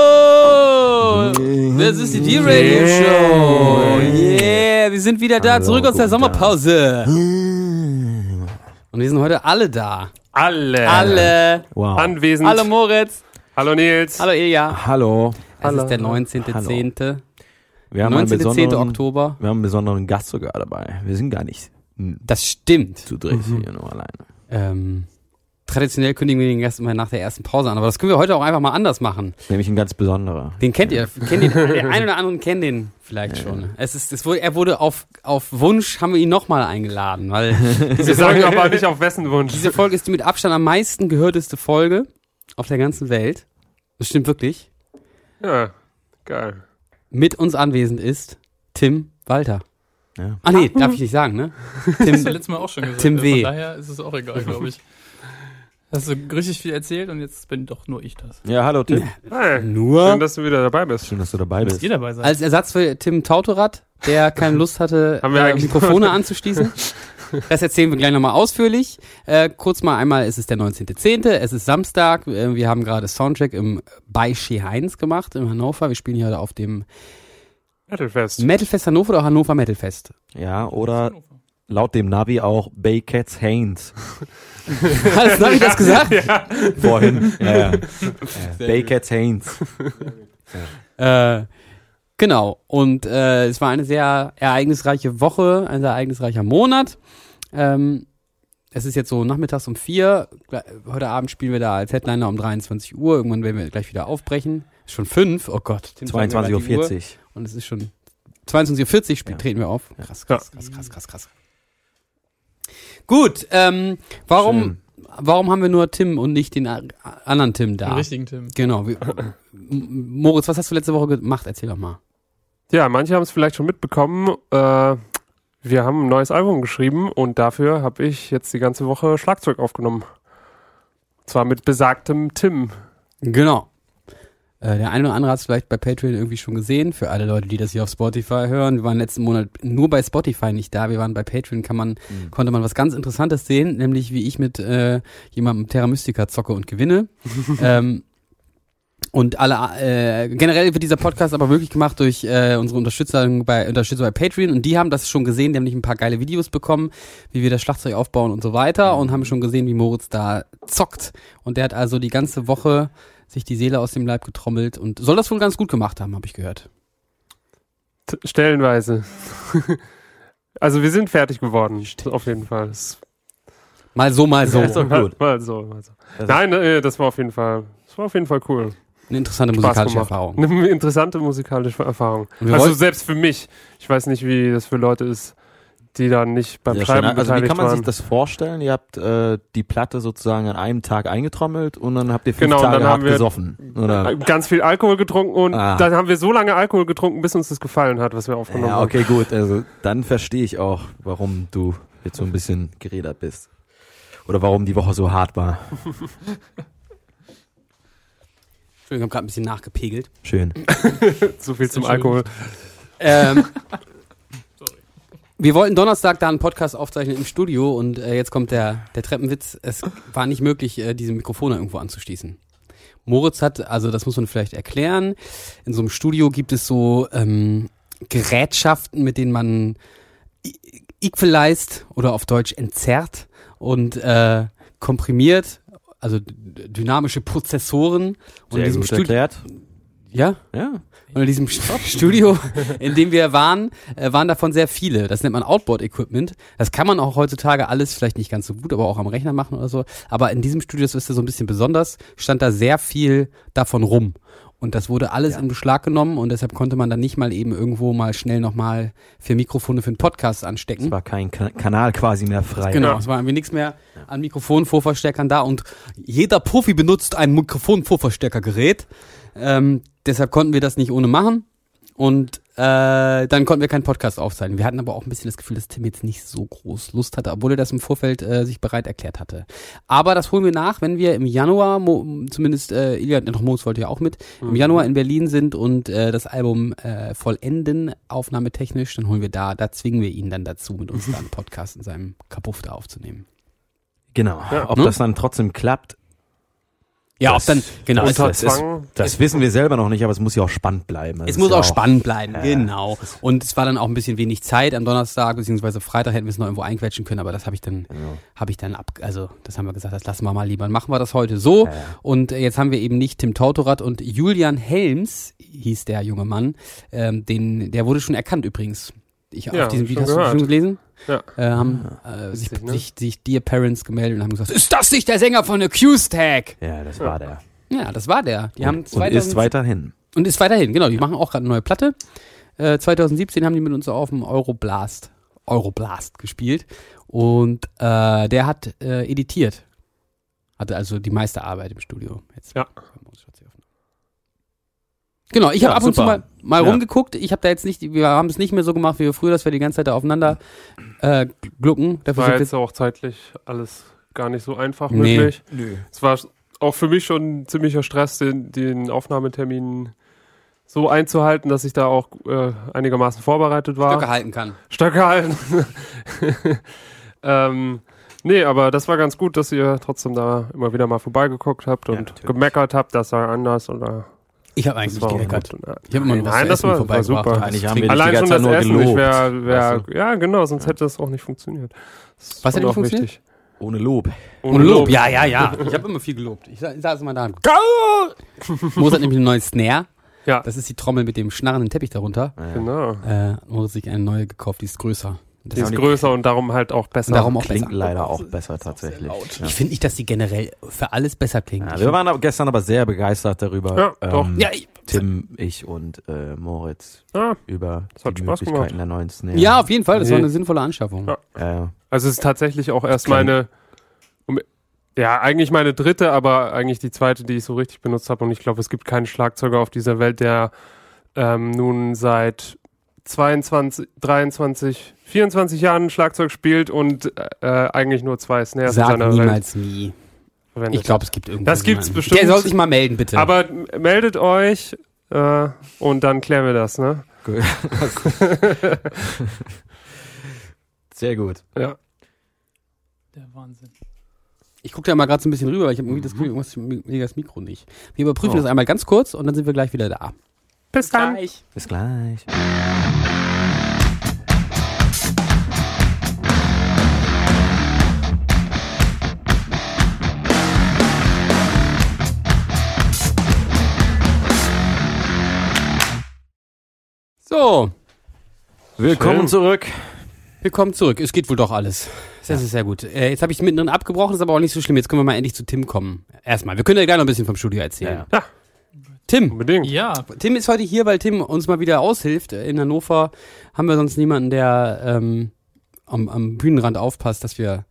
Hallo! Das ist die D-Radio Show. Yeah, wir sind wieder da, zurück aus der Sommerpause. Und wir sind heute alle da. Alle. Alle. Wow. Anwesend. Hallo Hallo, Moritz. Nils. Hallo Ilja. Hallo. Es ist der Hallo. 19.10. Wir haben, einen 19.10. besonderen, Oktober. wir haben einen besonderen Gast sogar dabei. Wir sind gar nicht hm, Das stimmt. zu dritt Mhm. hier nur alleine. Ähm, traditionell kündigen wir den Gast immer nach der ersten Pause an, aber das können wir heute auch einfach mal anders machen. Nämlich ein ganz besonderer. Den kennt ihr, kennt den, der ein oder anderen kennt den vielleicht schon. Es ist, es wurde, er wurde auf, auf Wunsch haben wir ihn nochmal eingeladen, weil Wir sagen aber nicht auf wessen Wunsch. diese Folge ist die mit Abstand am meisten gehörteste Folge auf der ganzen Welt. Das stimmt wirklich. Ja, geil. Mit uns anwesend ist Tim Walter. Ja. Ah nee, darf ich nicht sagen, ne? Hast du Tim, letztes Mal auch schon gesagt. also Tim W. Von daher ist es auch egal, glaube ich. Hast du richtig viel erzählt und jetzt bin doch nur ich das. Ja, hallo Tim. Hi. Schön, nur dass du wieder dabei bist. Schön, dass du dabei bist. Ihr dabei seid. als Ersatz für Tim Tautorat, der keine Lust hatte, Haben wir äh, eigentlich- Mikrofone anzuschließen. Das erzählen wir gleich nochmal ausführlich. Äh, kurz mal einmal, es ist der 19.10., es ist Samstag. Äh, wir haben gerade Soundcheck im bei She Heinz gemacht in Hannover. Wir spielen hier heute auf dem Metalfest. Metalfest Hannover oder Hannover Metalfest. Ja, oder laut dem Navi auch Bay Cats Haynes Alles habe ich das gesagt? vorhin. ja, ja. Äh, Bay Cats Haynes. Äh, genau. Und äh, es war eine sehr ereignisreiche Woche, ein sehr ereignisreicher Monat. Ähm, es ist jetzt so nachmittags um vier. Gle- Heute Abend spielen wir da als Headliner um 23 Uhr. Irgendwann werden wir gleich wieder aufbrechen. Ist schon fünf. Oh Gott. Tim sagt mir gerade die 22.40 Uhr. Uhr. Und es ist schon 22.40 Uhr spiel, Ja. treten wir auf. Krass, krass, krass, krass, krass, krass. Gut, ähm, warum, warum haben wir nur Tim und nicht den a- anderen Tim da? Den richtigen Tim. Genau. Wie, M- M- Moritz, was hast du letzte Woche gemacht? Erzähl doch mal. Ja, manche haben es vielleicht schon mitbekommen. Äh, wir haben ein neues Album geschrieben und dafür habe ich jetzt die ganze Woche Schlagzeug aufgenommen. Zwar mit besagtem Tim. Genau. Äh, der eine oder andere hat es vielleicht bei Patreon irgendwie schon gesehen. Für alle Leute, die das hier auf Spotify hören. Wir waren letzten Monat nur bei Spotify nicht da. Wir waren bei Patreon, kann man, konnte man was ganz Interessantes sehen, nämlich wie ich mit äh, jemandem Terra Mystica zocke und gewinne. ähm, und alle äh, generell wird dieser Podcast aber möglich gemacht durch äh, unsere Unterstützer bei Unterstützer bei Patreon und die haben das schon gesehen, die haben nicht ein paar geile Videos bekommen, wie wir das Schlagzeug aufbauen und so weiter und haben schon gesehen, wie Moritz da zockt und der hat also die ganze Woche sich die Seele aus dem Leib getrommelt und soll das wohl ganz gut gemacht haben, habe ich gehört. T stellenweise. also wir sind fertig geworden. Auf jeden Fall. Es- Mal so, mal so. Also- mal, gut. mal so, mal so. Das- Nein, äh, das war auf jeden Fall. Das war auf jeden Fall cool. Eine interessante Spaß musikalische gemacht. Erfahrung. Eine interessante musikalische Erfahrung. Und wir also wollten- selbst für mich. Ich weiß nicht, wie das für Leute ist, die da nicht beim Sehr schön. Schreiben Also wie beteiligt kann man waren. sich das vorstellen? Ihr habt äh, die Platte sozusagen an einem Tag eingetrommelt und dann habt ihr fünf Genau, und Tage dann hart haben wir- gesoffen. Oder? Äh, Ganz viel Alkohol getrunken und Ah. dann haben wir so lange Alkohol getrunken, bis uns das gefallen hat, was wir aufgenommen Ja, okay, gut. Also dann verstehe ich auch, warum du jetzt so ein bisschen geredet bist. Oder warum die Woche so hart war. Entschuldigung, ich habe gerade ein bisschen nachgepegelt. Schön. haben. So viel zum Sehr schön. Alkohol. Ähm, wir wollten Donnerstag da einen Podcast aufzeichnen im Studio und äh, jetzt kommt der, der Treppenwitz. Es war nicht möglich, äh, diese Mikrofone irgendwo anzuschließen. Moritz hat, also das muss man vielleicht erklären, in so einem Studio gibt es so ähm, Gerätschaften, mit denen man e- equalized oder auf Deutsch entzerrt und äh, komprimiert, also d- dynamische Prozessoren. Und in Sehr diesem gut Studio, erklärt. ja, Ja. und in diesem St- Studio, in dem wir waren, äh, waren davon sehr viele. Das nennt man Outboard-Equipment. Das kann man auch heutzutage alles, vielleicht nicht ganz so gut, aber auch am Rechner machen oder so. Aber in diesem Studio, das ist ja so ein bisschen besonders, stand da sehr viel davon rum. Und das wurde alles in Beschlag genommen und deshalb konnte man dann nicht mal eben irgendwo mal schnell nochmal vier Mikrofone für einen Podcast Es anstecken. war kein Ka- Kanal quasi mehr Hm? frei. Genau, Ja. es war irgendwie nichts mehr an Mikrofonen, Vorverstärkern da und jeder Profi benutzt ein Mikrofon-Vorverstärkergerät. Ähm, deshalb konnten wir das nicht ohne machen und äh, dann konnten wir keinen Podcast aufzeichnen. Wir hatten aber auch ein bisschen das Gefühl, dass Tim jetzt nicht so groß Lust hatte, obwohl er das im Vorfeld äh, sich bereit erklärt hatte. Aber das holen wir nach, wenn wir im Januar, Mo, zumindest äh, Ilja, noch Moritz wollte ja auch mit, Mhm. im Januar in Berlin sind und äh, das Album äh, vollenden, aufnahmetechnisch, dann holen wir da, da zwingen wir ihn dann dazu, mit uns da einen Podcast in seinem Kapuff da aufzunehmen. Genau. Ja. Ob Ne? das dann trotzdem klappt, Ja, Das- ob dann, genau. das es- Unter es ist- Zwang. Das wissen wir selber noch nicht, aber es muss ja auch spannend bleiben. Also Es muss ist ja auch spannend bleiben, Ja. genau. Und es war dann auch ein bisschen wenig Zeit am Donnerstag beziehungsweise Freitag hätten wir es noch irgendwo einquetschen können, aber das habe ich dann, Genau. habe ich dann ab, also das haben wir gesagt, das lassen wir mal lieber. Machen wir das heute so. Ja, ja. Und äh, jetzt haben wir eben nicht Tim Tautorat und Julian Helms hieß der junge Mann. Ähm, den, der wurde schon erkannt übrigens. Ich Ja, auf diesem hab Video ich hast schon du schon gelesen? Ja. Äh, haben äh, sich, Witzig, ne? sich, sich Dear Parents gemeldet und haben gesagt, ist das nicht der Sänger von Accused Tag? ja, das war der. Ja, das war der. Die haben und, und ist 2000 weiterhin. und ist weiterhin, genau. Die machen auch gerade eine neue Platte. Äh, 2017 haben die mit uns auf dem Euroblast, Euroblast gespielt. Und äh, der hat äh, editiert. Hatte also die meiste Arbeit im Studio. Jetzt Ja. Genau, ich habe Ja, ab und zu super. mal, mal Ja. rumgeguckt. Ich habe da jetzt nicht, wir haben es nicht mehr so gemacht wie wir früher, dass wir die ganze Zeit da aufeinander äh, glucken. Dafür War sind wir jetzt auch zeitlich alles gar nicht so einfach Nee. möglich. Nö. Es war auch für mich schon ein ziemlicher Stress, den, den Aufnahmetermin so einzuhalten, dass ich da auch äh, einigermaßen vorbereitet war. Stöcke halten kann. Stöcke halten. ähm, nee, aber das war ganz gut, dass ihr trotzdem da immer wieder mal vorbeigeguckt habt und natürlich. gemeckert habt, das sei anders oder Ich habe eigentlich nicht das war auch gemeckert. gut. Und, Ich habe immer nur was Nein, zu das essen war- war vorbeigebracht. super. und was Eigentlich zu haben trinken. wir äh, Allein ganze schon das Zeit nur Essen gelobt, nicht wär, wär, weißt Ja, genau, sonst hätte das auch nicht funktioniert. Das ist Was hätte schon nicht auch funktioniert? wichtig. Ohne Lob. Und Lob, ja, ja, ja. Ich habe immer viel gelobt. Ich sa- saß immer da. und Moses hat nämlich einen neuen Snare. Ja. Das ist die Trommel mit dem schnarrenden Teppich darunter. Genau. Äh, Moses hat sich eine neue gekauft, die ist größer. Und Die Das ist größer und darum halt auch besser. und darum auch Klingt besser. leider auch besser tatsächlich. Ja. Ich finde nicht, dass die generell für alles besser klingen. Ja, wir waren aber gestern aber sehr begeistert darüber. Ja, Ähm, doch. ja, ich, Tim, ich und äh, Moritz Ah, über hat die Spaß Möglichkeiten gemacht. der neuen Snare. ja, auf jeden Fall. Das war Nee. eine sinnvolle Anschaffung. Ja. Äh, also es ist tatsächlich auch erst Klingt- meine, um, ja, eigentlich meine dritte, aber eigentlich die zweite, die ich so richtig benutzt habe. Und ich glaube, es gibt keinen Schlagzeuger auf dieser Welt, der ähm, nun seit 22, 23, 24 Jahren Schlagzeug spielt und äh, eigentlich nur zwei Snares Sag Welt niemals nie. verwendet. Ich glaube, es gibt irgendwas. Das gibt's bestimmt. Der soll sich mal melden, bitte. aber meldet euch äh, und dann klären wir das, ne? Sehr gut. Ja. Der Wahnsinn. ich gucke da mal gerade so ein bisschen rüber, weil ich habe irgendwie das Gefühl, irgendwas mega das Mikro nicht. Wir überprüfen Oh. das einmal ganz kurz und dann sind wir gleich wieder da. Bis dann. Bis gleich. So, Willkommen Schön. zurück. Willkommen zurück. Es geht wohl doch alles. Das ist sehr gut. Äh, jetzt habe ich mittendrin abgebrochen, ist aber auch nicht so schlimm. Jetzt können wir mal endlich zu Tim kommen. Erstmal. Wir können ja gleich noch ein bisschen vom Studio erzählen. Ja. Tim. Unbedingt. Ja, Tim ist heute hier, weil Tim uns mal wieder aushilft. Äh, In Hannover haben wir sonst niemanden, der ähm, am, am Bühnenrand aufpasst, dass wir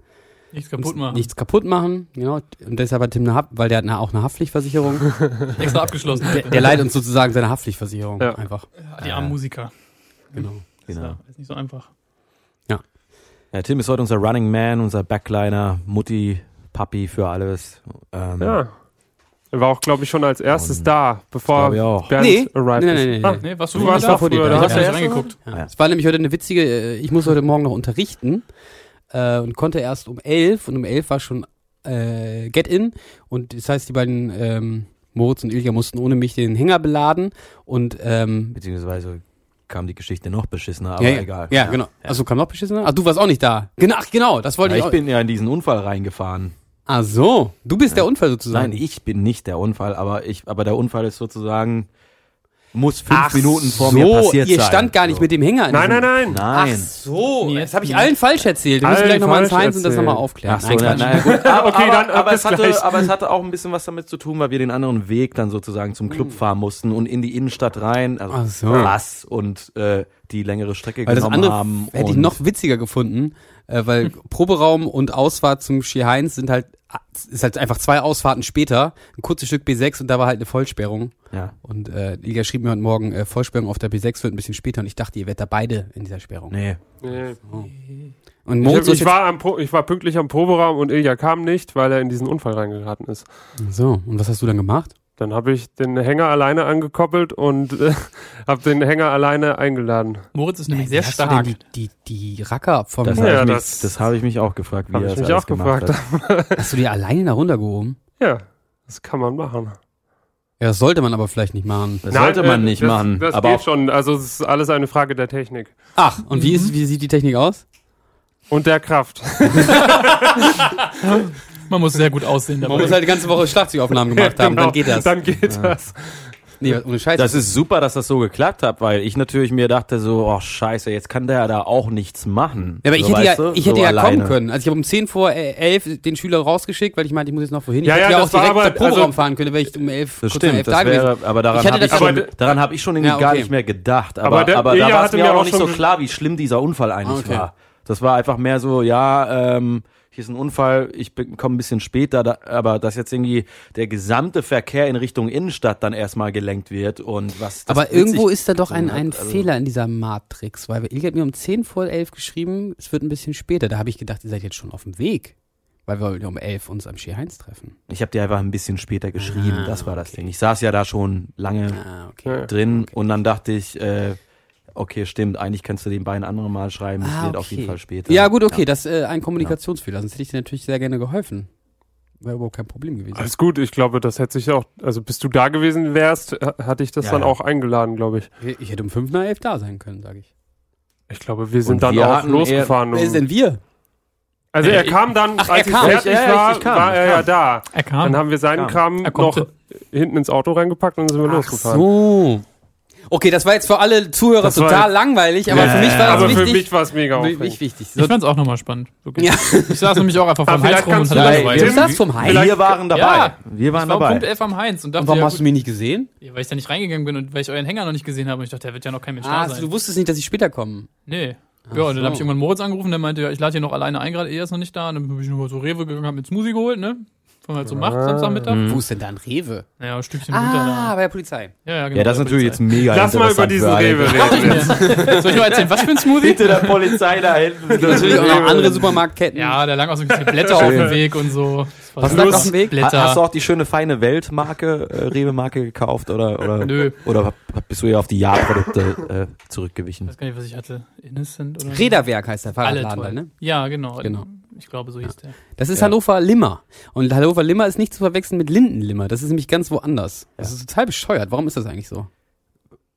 nichts uns kaputt machen. nichts kaputt machen. Genau. Und deshalb hat Tim eine Haft, weil der hat eine, auch eine Haftpflichtversicherung. Extra abgeschlossen. der, der leiht uns sozusagen seine Haftpflichtversicherung Ja. einfach. Ja, die armen Musiker. Genau. Genau. Ist, ja, ist nicht so einfach. Ja, Tim ist heute unser Running Man, unser Backliner, Mutti, Papi für alles. Ähm, Ja. Er war auch, glaube ich, schon als erstes Und da, bevor glaube ich auch. Bernd Nee. arrived Nee, nee, ist. nee, nee, Ah, nee. Nee, warst Du du, warst da auch vor dir früher? da. Da hast du Ja. ja nicht reingeguckt. Ja. Ja. Es war nämlich heute eine witzige, äh, ich muss heute Morgen noch unterrichten äh, und konnte erst um elf und um elf war schon äh, Get-In und das heißt, die beiden ähm, Moritz und Ilja mussten ohne mich den Hänger beladen und ähm, Beziehungsweise kam die Geschichte noch beschissener, aber ja, ja, egal. Ja, genau. Ja. Also kam noch beschissener? Ach, du warst auch nicht da. Genau, ach, genau, das wollte Ja, ich, ich auch. bin ja in diesen Unfall reingefahren. Ach so, du bist der Unfall sozusagen. Nein, ich bin nicht der Unfall, aber ich, aber der Unfall ist sozusagen muss fünf ach Minuten vor so, mir passiert ihr sein. stand gar nicht So. mit dem Hänger. in Nein, diesem- nein, nein. Ach Nein. so, Nee, jetzt habe ich nee. allen falsch erzählt. Wir müssen Allen gleich nochmal ins falsch Heinz und das erzählt. nochmal aufklären. Ach so, Nein, na, Quatsch. na, gut. Aber, Okay, dann, aber, aber, bis es hatte, gleich. aber es hatte auch ein bisschen was damit zu tun, weil wir den anderen Weg dann sozusagen zum Club fahren mussten und in die Innenstadt rein. Also Ach so. was und äh, die längere Strecke Weil das genommen andere haben. hätte ich und- noch witziger gefunden, äh, weil Proberaum und Ausfahrt zum Ski Heinz sind halt, ist halt einfach zwei Ausfahrten später, ein kurzes Stück B6 und da war halt eine Vollsperrung. Ja. Und äh, Ilja schrieb mir heute Morgen, äh, Vollsperrung auf der B6 wird ein bisschen später und ich dachte, ihr werdet da beide in dieser Sperrung. Nee. Nee. Und Ich, Moritz hab, ist ich, war am Pro, ich war pünktlich am Proberaum und Ilja kam nicht, weil er in diesen Unfall reingeraten ist. jetzt, so, und was hast du dann gemacht? Dann habe ich den Hänger alleine angekoppelt und äh, habe den Hänger alleine eingeladen. Moritz ist nämlich Wie sehr hast du denn stark. die, die, die Racker vom, Das Ja, habe ich, mich- das- das hab ich mich auch gefragt, wie Hab er ich das mich alles auch gemacht gefragt. hat. hast du die alleine da runtergehoben? Ja, Das kann man machen. Ja, das sollte man aber vielleicht nicht machen. Das sollte man äh, nicht das, machen. Das aber geht auch, schon. Also es ist alles eine Frage der Technik Ach, und wie, ist, wie sieht die Technik aus? und der Kraft. Man muss sehr gut aussehen dabei. Man muss halt die ganze Woche Schlagzeugaufnahmen gemacht haben, Genau, dann geht das. Dann geht das. nee, ohne Scheiß. das ist super, dass das so geklappt hat, weil ich natürlich mir dachte so, oh scheiße, jetzt kann der da auch nichts machen. ja, aber ich so, hätte ja, weißt du? ich hätte so ja alleine. kommen können. Also ich habe um 10 vor äh, 11 den Schüler rausgeschickt, weil ich meinte, ich muss jetzt noch vorhin. Ja, ich ja, hätte ja auch das war direkt aber- zum Proberaum also- fahren können, wäre ich um 11, Das kurz nach 11 stimmt, da das gewesen. wäre, aber daran Ich hätte habe ich, das schon, schon- daran hab ich schon irgendwie Ja, gar okay. nicht mehr gedacht. Aber, Aber aber, der- da Ilja war es hatte mir mir auch auch noch nicht so schon- klar, wie schlimm dieser Unfall eigentlich Ah, okay. war. Das war einfach mehr so, ja, ähm, hier ist ein Unfall, ich komme ein bisschen später, da, aber dass jetzt irgendwie der gesamte Verkehr in Richtung Innenstadt dann erstmal gelenkt wird und was das aber mit irgendwo sich- ist da doch ein, hat, ein also- Fehler in dieser Matrix, weil Ilge hat mir um 10 vor 11 geschrieben, es wird ein bisschen später. Da habe ich gedacht, ihr seid jetzt schon auf dem Weg, weil wir um 11 uns am Schier-Heinz treffen. Ich habe dir einfach ein bisschen später geschrieben, Ah, das war das okay. Ding. Ich saß ja da schon lange Ah, okay. Ja. drin und dann dachte ich, äh, okay, stimmt, eigentlich kannst du den beiden anderen mal schreiben, es Ah, wird auf okay. jeden Fall später. Ja, gut, okay, das ist äh, ein Kommunikationsfehler. Sonst hätte ich dir natürlich sehr gerne geholfen. Wäre überhaupt kein Problem gewesen. Alles gut, ich glaube, das hätte sich auch, also bis du da gewesen wärst, h- hatte ich das Ja, dann ja. auch eingeladen, glaube ich. Ich ich hätte um 5 nach 11 da sein können, sage ich. Ich glaube, wir sind Und dann wir auch hatten losgefahren. um- wir? also er kam dann, Ach, er als ich kam. fertig Ja, ja, ich- war, ich kam, war ich er ja kam. da. er Dann kam. haben wir seinen Kam. Kram Er noch konnte. hinten ins Auto reingepackt und dann sind wir Ach losgefahren. so. Okay, das war jetzt für alle Zuhörer Das war total langweilig, aber Ja, für mich war das Aber Also für wichtig. mich war es mega für aufregend. Also mich wichtig. Ich So, fand's auch nochmal spannend. Wirklich. Ja. Ich saß nämlich auch einfach Aber vom Heinz vielleicht rum und kannst hatte du dabei. dabei. du Tim, Ich ist das vom Heim? wir waren dabei. Ja. wir waren war um Punkt dabei. 11 am Heinz und dachte, Warum ja, hast du gut, mich nicht gesehen? ja, weil ich da nicht reingegangen bin und weil ich euren Hänger noch nicht gesehen habe. Und ich dachte, der wird ja noch kein Mensch Ah, da also sein. du wusstest nicht, dass ich später komme. Nee. Ach ja, und so. dann habe ich irgendwann Moritz angerufen, der meinte, ja, ich lade hier noch alleine ein, gerade er ist noch nicht da. Und dann bin ich nur zu Rewe gegangen, habe mir einen Smoothie geholt, ne? Von halt so macht, Samstagmittag. Mhm. Wo ist denn da ein Rewe? Naja, ein Stückchen Ah, runter bei der Polizei. da. Ja, ja, genau. Ja, das ist bei natürlich der jetzt mega Lass mal über interessant diesen für alle. Rewe reden. jetzt. Polizei. Soll ich noch erzählen, was für ein Smoothie? Hinter der Polizei da hinten. Natürlich auch noch andere Supermarktketten. Ja, da lagen auch so ein bisschen Blätter auf Schön. dem Weg und so. Das war Was so lag los. auf dem Weg? Blätter. Hast du auch die schöne feine Weltmarke, äh, Rewe-Marke gekauft oder, oder, Nö. oder bist du ja auf die Ja-Produkte äh, zurückgewichen? Ich weiß gar nicht, was ich hatte. Innocent oder? so? Räderwerk heißt der Alle Fahrradladen, da, toll. ne? Ja, genau. Genau. Ich glaube, so hieß der. Das ist Ja. Hannover Limmer. Und Hannover Limmer ist nicht zu verwechseln mit Lindenlimmer. Das ist nämlich ganz woanders. Das ist total bescheuert. Warum ist das eigentlich so?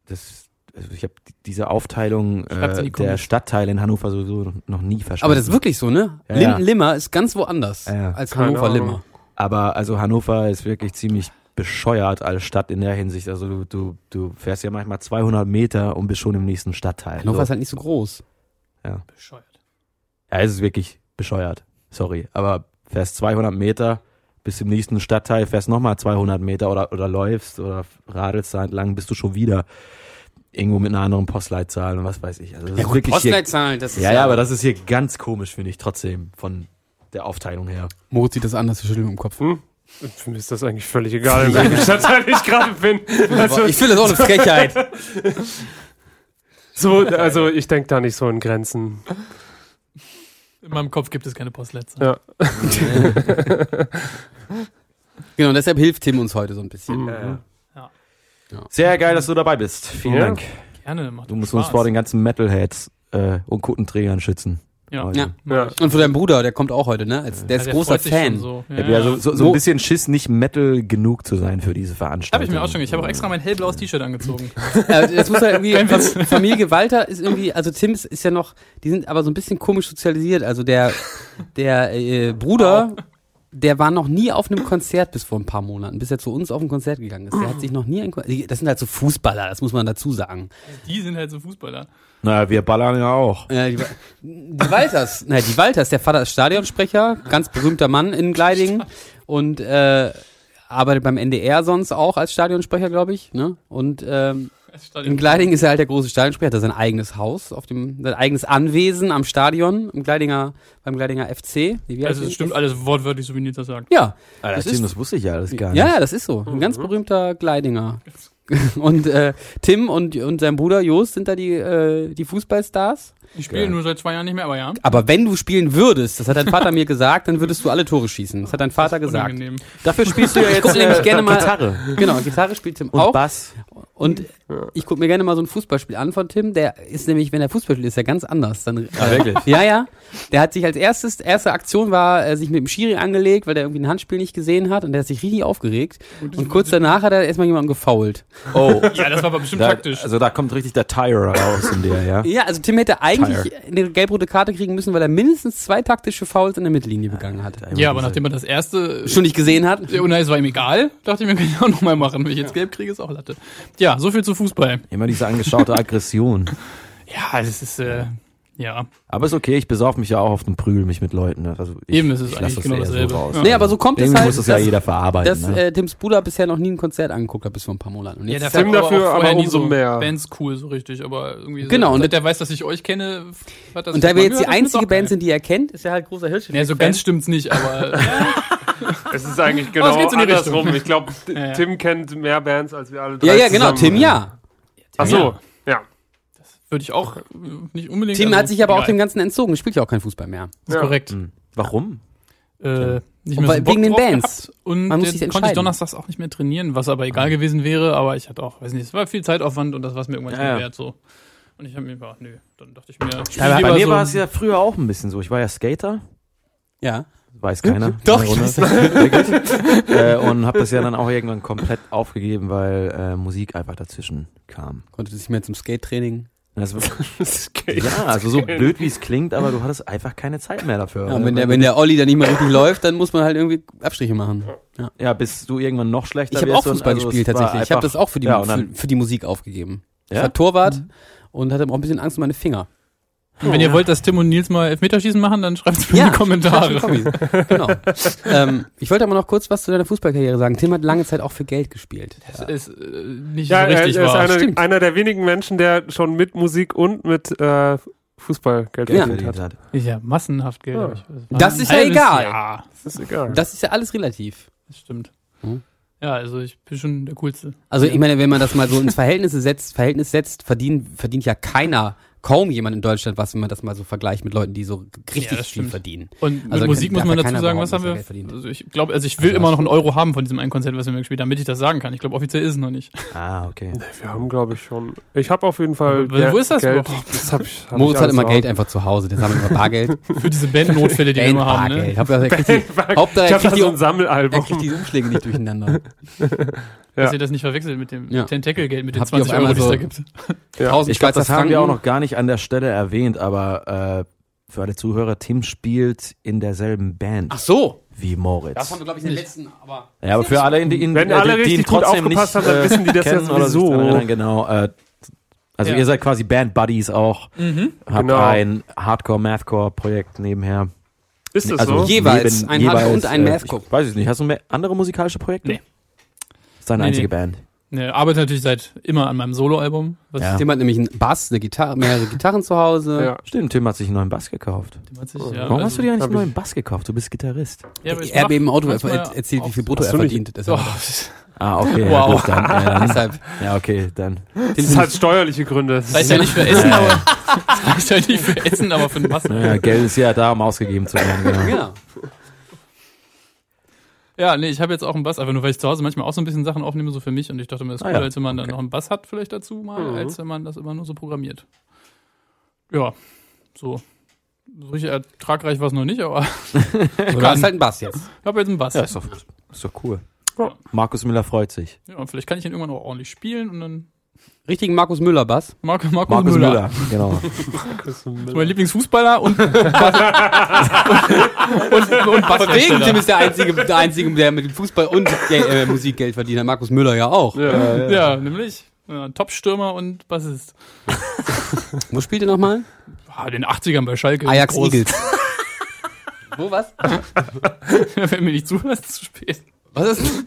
Das, also ich habe diese Aufteilung Schreibt's äh, in die der Comments. Stadtteile in Hannover sowieso noch nie verstanden. Aber das ist wirklich so, ne? Ja, ja. Lindenlimmer ist ganz woanders Ja, ja. als Keine Hannover Ahnung. Limmer. Aber also Hannover ist wirklich ziemlich bescheuert als Stadt in der Hinsicht. Also du, du, du fährst ja manchmal 200 Meter und bist schon im nächsten Stadtteil. Hannover So. ist halt nicht so groß. Bescheuert. Ja, es ist wirklich bescheuert. Sorry. Aber fährst 200 Meter bis zum nächsten Stadtteil, fährst nochmal 200 Meter oder, oder läufst oder radelst da entlang, bist du schon wieder irgendwo mit einer anderen Postleitzahl und was weiß ich. Also das ist wirklich hier, das ja, ja, aber das ist hier ganz komisch, finde ich, trotzdem von der Aufteilung her. Moritz sieht das anders, wir schütteln im Kopf. Hm? Mir ist das eigentlich völlig egal, in welchem Stadtteil ich gerade bin. Also, Boah, ich finde das auch eine Frechheit. so, also ich denke da nicht so in Grenzen. In meinem Kopf gibt es keine Postleitzahl. Ja. genau, deshalb hilft Tim uns heute so ein bisschen. Mhm. Mhm. Sehr geil, dass du dabei bist. Vielen Ja. Dank. Gerne. Macht Du musst Spaß. uns vor den ganzen Metalheads äh, und Kuttenträgern schützen. Ja. Also. Ja. Ja. Und für deinen Bruder, der kommt auch heute, ne? Als, der Ja, ist der großer freut sich schon Fan. So. Ich hab ja so, so, so Wo- ein bisschen Schiss, nicht Metal genug zu sein für diese Habe Veranstaltung. ich mir auch schon. Ich habe auch extra mein hellblaues T-Shirt angezogen. Äh, das muss ja irgendwie, Familie Walter ist irgendwie, also Tim ist, ist ja noch, die sind aber so ein bisschen komisch sozialisiert. Also der, der äh, Bruder, der war noch nie auf einem Konzert bis vor ein paar Monaten, bis er zu uns auf ein Konzert gegangen ist. Der hat sich noch nie ein Konzert, das sind halt so Fußballer, das muss man dazu sagen. Die sind halt so Fußballer. Naja, wir ballern ja auch. Ja, die, Wa- die Walters, na, die Walters, der Vater ist Stadionsprecher, ganz berühmter Mann in Gleidingen und äh, arbeitet beim NDR sonst auch als Stadionsprecher, glaube ich. Ne? Und ähm, Das In Stadion- Gleiding ist er halt der große Stadionsprecher, hat er sein eigenes Haus auf dem, sein eigenes Anwesen am Stadion, im Gleidinger, beim Gleidinger FC. Nee, wie heißt Also die? es stimmt alles wortwörtlich, so wie Nita sagt. Ja, Alter, Das das, ist- Tim, das wusste ich Äh, ja alles gar ja, nicht. ja, das ist so. Ein Mhm. ganz berühmter Gleidinger. Und äh, Tim und, und sein Bruder Jost sind da die, äh, die Fußballstars. Ich spiele Geil. nur seit zwei Jahren nicht mehr, aber ja. Aber wenn du spielen würdest, das hat dein Vater mir gesagt, dann würdest du alle Tore schießen. Das hat dein Vater gesagt. Unangenehm. Dafür spielst du ja Ich guck nämlich gerne mal- Gitarre Genau, Gitarre äh, spielt Tim und auch. Bass. Und Ich gucke mir gerne mal so ein Fußballspiel an von Tim. Der ist nämlich, wenn er Fußballspiel ist, ja ganz anders. Dann, äh, Ah, wirklich? ja, ja. Der hat sich als erstes, erste Aktion war, äh, sich mit dem Schiri angelegt, weil der irgendwie ein Handspiel nicht gesehen hat und der hat sich richtig aufgeregt. Und kurz danach hat er erstmal jemanden gefoult. Oh, Ja, das war aber bestimmt da, taktisch. also da kommt richtig der Tire raus in dir, ja? Ja, also Tim hätte eigentlich eine gelb-rote Karte kriegen müssen, weil er mindestens zwei taktische Fouls in der Mittellinie begangen hat. ja, aber nachdem man das erste also- Schon nicht gesehen hat. Ja, und es war ihm egal, dachte ich mir, kann ich auch nochmal machen. Wenn ich jetzt gelb kriege, ist auch Latte. Ja, so viel zu Fußball. Immer diese angeschaute Aggression. Ja, das ist, äh, ja. Aber ist okay, ich besauf mich ja auch auf den Prügel mich mit Leuten. ne? Also ich, Eben, es ist ich eigentlich lass das genau eher dasselbe. So raus. ne? Ja. Nee, aber so kommt es Irgendwie halt, muss das ja dass- jeder verarbeiten. dass ne? äh, Tims Bruder bisher noch nie ein Konzert angeguckt hat bis vor ein paar Monaten. Und jetzt der ist Tim fand dafür auch aber vorher nie umso so mehr. Bands cool, so richtig, aber irgendwie. Genau, so, und und der weiß, dass ich euch kenne, hat das er- und da mal wir jetzt gehört, die das ist einzige auch geil. Band sind, die er kennt, ist er halt großer Hirsch. Ja, so ganz stimmt's nicht, aber ja, Es ist eigentlich es genau geht so in die andersrum. Ich glaube, ja. Tim kennt mehr Bands als wir alle drei Ja, ja, genau, zusammen. Tim ne? ja. Ach so, ja. würde ich auch äh, nicht unbedingt. Tim also, hat sich aber auch egal. dem Ganzen entzogen, spielt ja auch kein Fußball mehr. Ist Ja. korrekt. Hm. Warum? Äh, nicht Und mehr weil- so Bock wegen den drauf Bands. Gehabt. Und Man muss jetzt sich konnte ich entscheiden. donnerstags auch nicht mehr trainieren, was aber egal gewesen wäre, aber ich hatte auch, weiß nicht, es war viel Zeitaufwand und das war es mir irgendwann nicht Ja, mehr ja. wert so. Und ich habe mir gedacht, nö, dann dachte ich mir, ich bei lieber Bei mir so- war es ja früher auch ein bisschen so. Ich war ja Skater, Ja. weiß keiner. Doch, Keine ich Runde. weiß Wirklich. äh, und habe das ja dann auch irgendwann komplett aufgegeben, weil äh, Musik einfach dazwischen kam. Konnte sich mehr zum Skate-Training. Das war, Das geht. ja, also so blöd wie es klingt, aber du hattest einfach keine Zeit mehr dafür. Ja, und wenn der, wenn der Olli dann nicht mehr richtig läuft, dann muss man halt irgendwie Abstriche machen. Ja. ja, bist du irgendwann noch schlechter. Ich habe wirst auch und Fußball also es gespielt war tatsächlich. Ich habe einfach- das auch für die, Ja, und für, dann- für die Musik aufgegeben. Ich Ja? Mhm. war Torwart und hatte auch ein bisschen Angst um meine Finger. Und wenn ihr wollt, dass Tim und Nils mal Elfmeterschießen machen, dann schreibt es mir in die schreib's Kommentare. in die Kommis. genau. ähm, ich wollte aber noch kurz was zu deiner Fußballkarriere sagen. Tim hat lange Zeit auch für Geld gespielt. Das ist äh, nicht Ja, so er, er richtig ist wahr. einer, Stimmt. einer der wenigen Menschen, der schon mit Musik und mit äh, Fußball Geld Ja. verdient hat. hat. Ja, massenhaft Geld. Ja. hab ich. war Das ein ist ja halbes egal. Jahr. Das ist egal. Das ist ja alles relativ. Das stimmt. Hm. Ja, also ich bin schon der Coolste. Also Ja. ich meine, wenn man das mal so ins Verhältnis setzt, Verhältnis setzt, verdient, verdient ja keiner, kaum jemand in Deutschland was, wenn man das mal so vergleicht mit Leuten, die so richtig Ja, viel das stimmt. verdienen. Und Also mit Musik kann- darf muss man ja dazu keiner sagen, behaupten, was haben dass er wir? Geld verdient. Also ich glaube, also ich will Also immer hast noch einen Euro haben von diesem einen Konzert, was wir mir gespielt haben, damit ich das sagen kann. Ich glaube, offiziell ist es noch nicht. Ah, okay. Wir haben, glaube ich, schon. Ich habe auf jeden Fall. Wo- wo ist das Geld, überhaupt? Das hab ich, hab ich Moritz hat alles immer zu Geld Hause. einfach zu Hause, der sammelt immer Bargeld. Für diese Bandnotfälle, die wir immer haben. Ne? Bargeld. Hab, er kriegt die, Hauptsache, er Ich habe da kriegt, die, so ein er kriegt Sammelalbum. die Umschläge nicht durcheinander. Dass Ja. ihr das nicht verwechselt mit dem Ja. Tentakelgeld, mit den Habt ihr auf 20 Euro, die es da einmal gibt. Ja. Tausend Ich glaube, Schweizer das haben wir auch Franken. noch gar nicht an der Stelle erwähnt, aber äh, für alle Zuhörer, Tim spielt in derselben Band Ach so. wie Moritz. Das haben wir, glaube ich, in den letzten, aber Ja, aber für alle, in, in, Wenn äh, alle die, die richtig ihn gut trotzdem aufgepasst nicht, haben, dann äh, wissen die das ja kennen oder sich sowieso. daran erinnern, genau. Äh, also Ja. ihr seid quasi Band-Buddies auch. Habt Genau. ein Hardcore-Mathcore-Projekt nebenher. Ist das also so? Jeweils ein Hardcore und ein äh, Mathcore. Ich weiß es nicht. Hast du mehr andere musikalische Projekte? Nee. Ist deine Nee, einzige nee. Band. Ne, arbeite natürlich seit immer an meinem Soloalbum. Was Ja. Tim hat nämlich einen Bass, eine Gitarre, mehrere Gitarren zu Hause. Ja. Stimmt, Tim hat sich einen neuen Bass gekauft. dem hat sich, ja, Warum also- hast du dir eigentlich hab einen neuen Bass gekauft? Du bist Gitarrist. Ja, aber ich er hat mach mir im Auto manchmal er- erzählt, wie viel auf- Brutto er Hast du nicht- verdient. Oh, Deshalb, das ist- Ah, okay. ja, Wow. gut, dann, ja, dann, ähm, deshalb ja, okay, dann. Das ist halt steuerliche Gründe. Das Das heißt ist- ja nicht für Essen, aber das heißt ja nicht für Essen, aber für den Bass. Naja, Geld ist ja da, um ausgegeben zu werden. Genau. genau. Ja, nee, ich habe jetzt auch einen Bass, einfach nur weil ich zu Hause manchmal auch so ein bisschen Sachen aufnehme, so für mich. Und ich dachte mir, das ist Ah, cooler, ja. als wenn man dann Okay. noch einen Bass hat, vielleicht dazu mal, Mhm. als wenn man das immer nur so programmiert. Ja, so. So richtig ertragreich war es noch nicht, aber Du hast halt einen Bass jetzt. ich habe jetzt einen Bass. Ja, Ja. ist doch, ist doch cool. Ja. Markus Müller freut sich. und vielleicht kann ich ihn irgendwann auch ordentlich spielen und dann Richtigen Markus Müller Bass. Marco, Marco Markus Müller. Müller, genau. Das ist mein Lieblingsfußballer und, und, und, und Wegen Tim Basshersteller. ist der einzige, der einzige, der mit dem Fußball und Gel äh, Musik Geld verdient. hat. Markus Müller ja auch. Ja. Ja, nämlich. Ja, Top-Stürmer und Bassist. Wo spielt ihr nochmal? Ah, in den 80ern bei Schalke. Ajax Groß. Eagles. Wo was? Wenn mir nicht zuhörst, ist es zu spät. Was ist?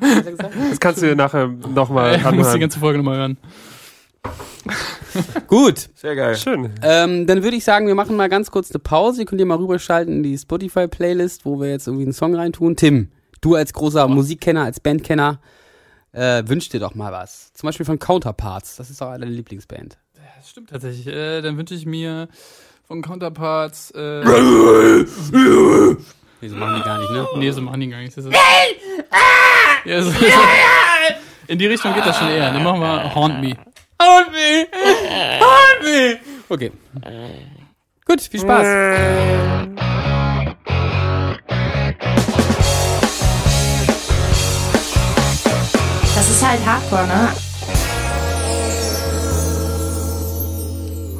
Das kannst du dir nachher Äh, nochmal Ich muss die anhören. ganze Folge nochmal hören. Gut, Sehr geil. Schön. ähm, dann würde ich sagen, wir machen mal ganz kurz eine Pause. Ihr könnt ihr mal rüberschalten in die Spotify-Playlist, wo wir jetzt irgendwie einen Song reintun. Tim, du als großer Musikkenner, als Bandkenner, äh, wünsch dir doch mal was. Zum Beispiel von Counterparts. Das ist auch deine Lieblingsband. Das stimmt tatsächlich. Äh, dann wünsche ich mir von Counterparts. Äh, Nee, so machen die gar nicht, ne? nee, so machen die gar nicht. Das ist, ja, so, In die Richtung geht das schon eher. Dann machen wir Haunt Me. Haunt Me! Haunt Me! Okay. Gut, viel Spaß. Das ist halt Hardcore, ne?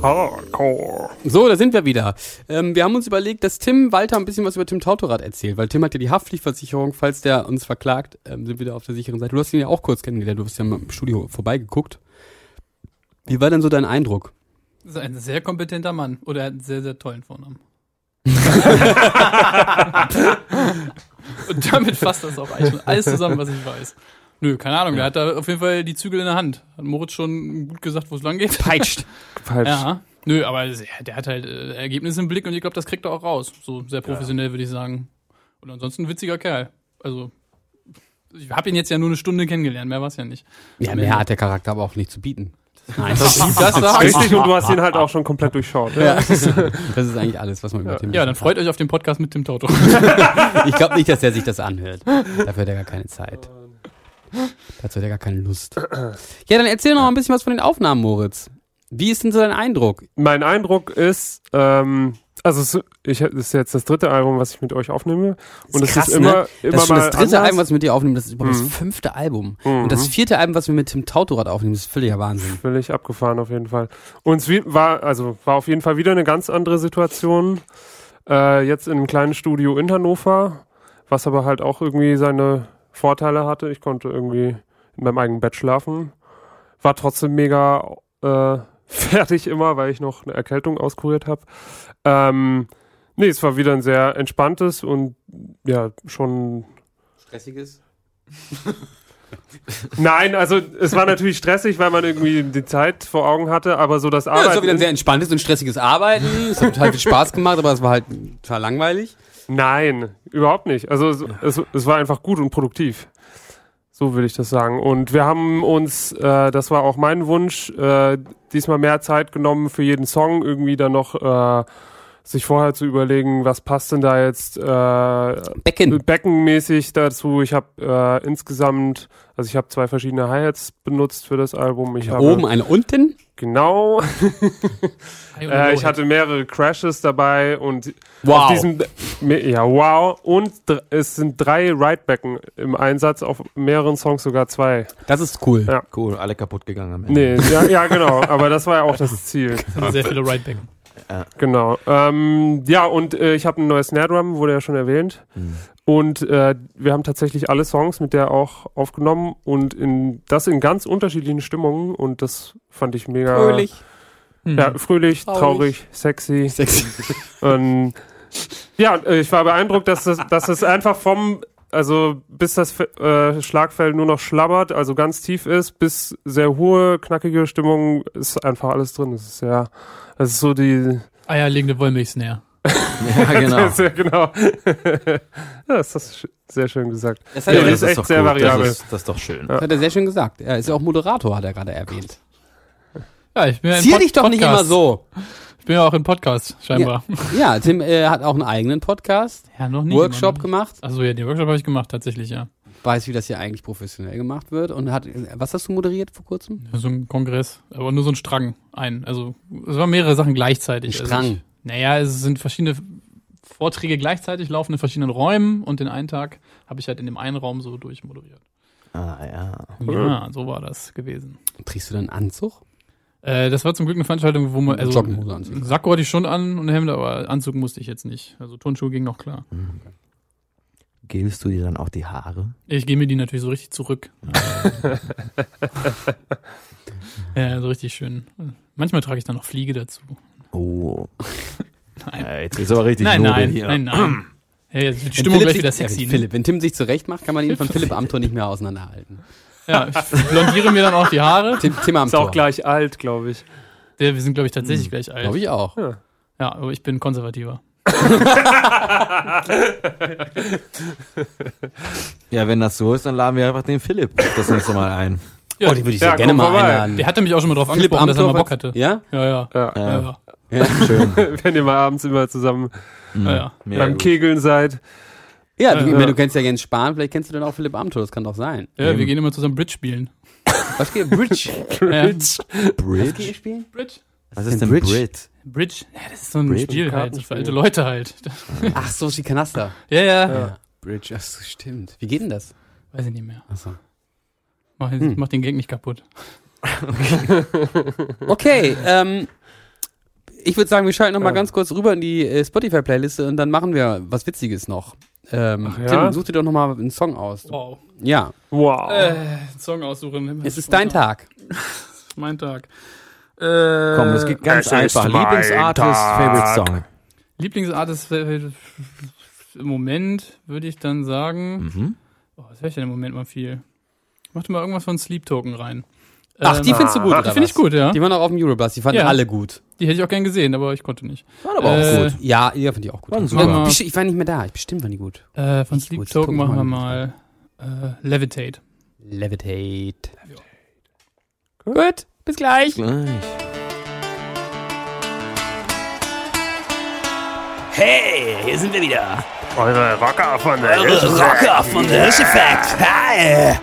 Hardcore. So, da sind wir wieder. Ähm, wir haben uns überlegt, dass Tim Walter ein bisschen was über Tim Tautorat erzählt, weil Tim hat ja die Haftpflichtversicherung, falls der uns verklagt, ähm, sind wir da auf der sicheren Seite. Du hast ihn ja auch kurz kennengelernt, du bist ja mal im Studio vorbeigeguckt. Wie war denn so dein Eindruck? Das ist ein sehr kompetenter Mann. Oder er hat einen sehr, sehr tollen Vornamen. Und damit fasst das auch eigentlich schon alles zusammen, was ich weiß. Nö, keine Ahnung, der hat da auf jeden Fall die Zügel in der Hand. Hat Moritz schon gut gesagt, wo es lang geht? Peitscht. Falsch. Ja. Nö, aber der hat halt äh, Ergebnisse im Blick und ich glaube, das kriegt er auch raus. So sehr professionell, würde ich sagen. Und ansonsten ein witziger Kerl. Also, ich habe ihn jetzt ja nur eine Stunde kennengelernt, mehr war es ja nicht. Ja, mehr hat der Charakter aber auch nicht zu bieten. Nein, Das sagst Richtig, und du hast ihn halt auch Ah, schon komplett durchschaut. Ja. das ist das ist eigentlich alles, was man über Tim Ja, wissen dann freut euch auf den Podcast mit Tim Toto. Ich glaube nicht, dass er sich das anhört. Dafür hat er gar keine Zeit. Dazu hat er gar keine Lust. Ja, dann erzähl noch mal ein bisschen was von den Aufnahmen, Moritz. Wie ist denn so dein Eindruck? Mein Eindruck ist, ähm, also es, ich, das ist jetzt das dritte Album, was ich mit euch aufnehme. Und es krass, ist immer, ne? immer das ist schon das mal dritte anders. Mhm. Album, was wir mit dir aufnehmen. Das ist übrigens das fünfte Album. Und das vierte Album, was wir mit Tim Tautorat aufnehmen, ist völliger Wahnsinn. Völlig abgefahren auf jeden Fall. Und es wie- war, also war auf jeden Fall wieder eine ganz andere Situation. Äh, jetzt in einem kleinen Studio in Hannover, was aber halt auch irgendwie seine Vorteile hatte. Ich konnte irgendwie in meinem eigenen Bett schlafen. War trotzdem mega äh, fertig immer, weil ich noch eine Erkältung auskuriert habe. Ähm, nee, es war wieder ein sehr entspanntes und ja, schon Stressiges? Nein, also es war natürlich stressig, weil man irgendwie die Zeit vor Augen hatte, aber so das Ja, es Arbeiten. war wieder ein sehr entspanntes und stressiges Arbeiten. Es hat halt viel Spaß gemacht, aber es war halt total langweilig. Nein, überhaupt nicht. Also es, es, es war einfach gut und produktiv. So würde ich das sagen. Und wir haben uns, äh, das war auch mein Wunsch, äh, diesmal mehr Zeit genommen für jeden Song, irgendwie dann noch äh, sich vorher zu überlegen, was passt denn da jetzt äh, Becken. beckenmäßig dazu. Ich habe äh, insgesamt, also ich habe zwei verschiedene Hi-Hats benutzt für das Album. Ich habe, Oben, eine unten. Genau. Genau, Äh, ich hatte mehrere Crashes dabei und auf diesem me- ja wow und dr- es sind drei Ridebacken im Einsatz auf mehreren Songs sogar zwei. Das ist cool. Ja. Cool, alle kaputt gegangen am Ende. Nee, ja, ja genau, aber das war ja auch das Ziel. sehr viele Rideback. Genau. Ähm, ja und äh, ich habe ein neues Snare Drum, wurde ja schon erwähnt. Und äh, wir haben tatsächlich alle Songs mit der auch aufgenommen und in, das in ganz unterschiedlichen Stimmungen und das fand ich mega Fröhlich. Ja, fröhlich, Traurig. traurig, sexy. Sexy. Und Ähm, ja, äh, ich war beeindruckt, dass das, dass es einfach vom, also bis das äh, Schlagfell nur noch schlabbert, also ganz tief ist, bis sehr hohe, knackige Stimmung, ist einfach alles drin. Es ist ja, es ist so die, Eierlegende Wollmilchsnare. Ja, genau. sehr genau. ja, das hast du sch- sehr schön gesagt. Das hat hat, er- er, ist echt doch sehr gut. variabel. Das ist, das ist doch schön. sehr schön gesagt. Er ist ja auch Moderator, hat er gerade erwähnt. Ja, ich bin ja im Zier Pod- dich doch nicht Podcast. immer so. Ich bin ja auch im Podcast, scheinbar. Ja, Ja, Tim äh, hat auch einen eigenen Podcast, noch nie. Workshop gemacht. gemacht, Achso, ja, den Workshop habe ich gemacht, tatsächlich, ja. weiß, wie das hier eigentlich professionell gemacht wird und hat, was hast du moderiert vor kurzem? So ein Kongress, aber nur so ein Strang ein. Also, es waren mehrere Sachen gleichzeitig. Ein Also Strang. ich, naja, es sind verschiedene Vorträge gleichzeitig laufen in verschiedenen Räumen und den einen Tag habe ich halt in dem einen Raum so durchmoderiert. Ah, ja. Ja, so war das gewesen. Trägst du dann einen Anzug? Äh, das war zum Glück eine Veranstaltung, wo man. Also, Jogginghose anziehen. einen Sakko hatte ich schon an und ein Hemd, aber Anzug musste ich jetzt nicht. Also Turnschuhe ging noch klar. Gelst du dir dann auch die Haare? Ich gehe mir die natürlich so richtig zurück. ja, so richtig schön. Manchmal trage ich dann noch Fliege dazu. Oh. Nein. Ja, jetzt ist aber richtig nein, nobel nein, hier. nein, nein. Hey, jetzt wird die Stimmung Philipp gleich sich- wieder Ja, sexy. ne? Philipp, wenn Tim sich zurecht macht, kann man ihn von Philipp am Tor nicht mehr auseinanderhalten. Ja, ich blondiere mir dann auch die Haare. Tim, Tim am Ist auch Tor. gleich alt, glaube ich. Der, wir sind, glaube ich, tatsächlich gleich alt. Glaube Hm. ich auch. Ja, aber ich bin konservativer. Ja, wenn das so ist, dann laden wir einfach den Philipp das nächste Mal ein. Ja, Oh, den würde ich sehr Ja, gerne komm mal vorbei. einladen. der hatte mich auch schon mal drauf angesprochen, dass er mal Bock hatte. Hm. Ja? Ja, ja. Ja. ja, ja. Schön. Wenn ihr mal abends immer zusammen Hm. ja, ja. Mega beim gut. Kegeln seid. Ja, du, Ja. ich meine, du kennst ja Jens Spahn, vielleicht kennst du dann auch Philipp Amthor, das kann doch sein. Ja, wir gehen immer zusammen Bridge spielen. Was geht? Bridge? Ja. Was geht ihr Bridge? spielen? Bridge? Was ist ist denn denn Bridge? Bridge? Bridge? Ja, das ist so ein Bridge? Spiel halt, so für Kartenspiel. alte Leute halt. Ach so, ist die Kanaster. Ja, ja. Ja. Bridge, ach so, stimmt. Wie geht denn das? Weiß ich nicht mehr. Ach so. Mach, jetzt- Hm. mach den Gag nicht kaputt. Okay, ähm, ich würde sagen, wir schalten nochmal mal ganz kurz rüber in die äh, Spotify-Playliste und dann machen wir was Witziges noch. Ähm, Ach ja? Tim, such dir doch nochmal einen Song aus. Wow. Ja, Wow. Äh, Song aussuchen. es ist dein Tag. Mein Tag. Äh, Komm, es geht Es ganz ist einfach. mein Lieblingsartist, Tag. Favorite Song. Lieblingsart ist äh, im Moment, würde ich dann sagen. Mhm. Oh, was höre ich denn im Moment mal viel? Mach doch mal irgendwas von Sleep Token rein. Ach, die Ähm, findest du gut, ah, oder die finde ich was? gut, ja. Die Die, waren auch auf dem Eurobus, die fanden Ja. alle gut. hätte ich auch gern gesehen, aber ich konnte nicht. War aber Äh, auch gut. Ja, ja, finde ich auch gut. Waren Also, super. besti- Ich war nicht mehr da, ich bestimmt waren die gut. Äh, von Ich Sleep gut, Token gucken wir machen wir mal. mal äh, Levitate. Levitate. Gut, bis gleich. Gleich. Hey, hier sind wir wieder. Eure Rocker von der Eure Rocker von The Hirsch Effect. Hi.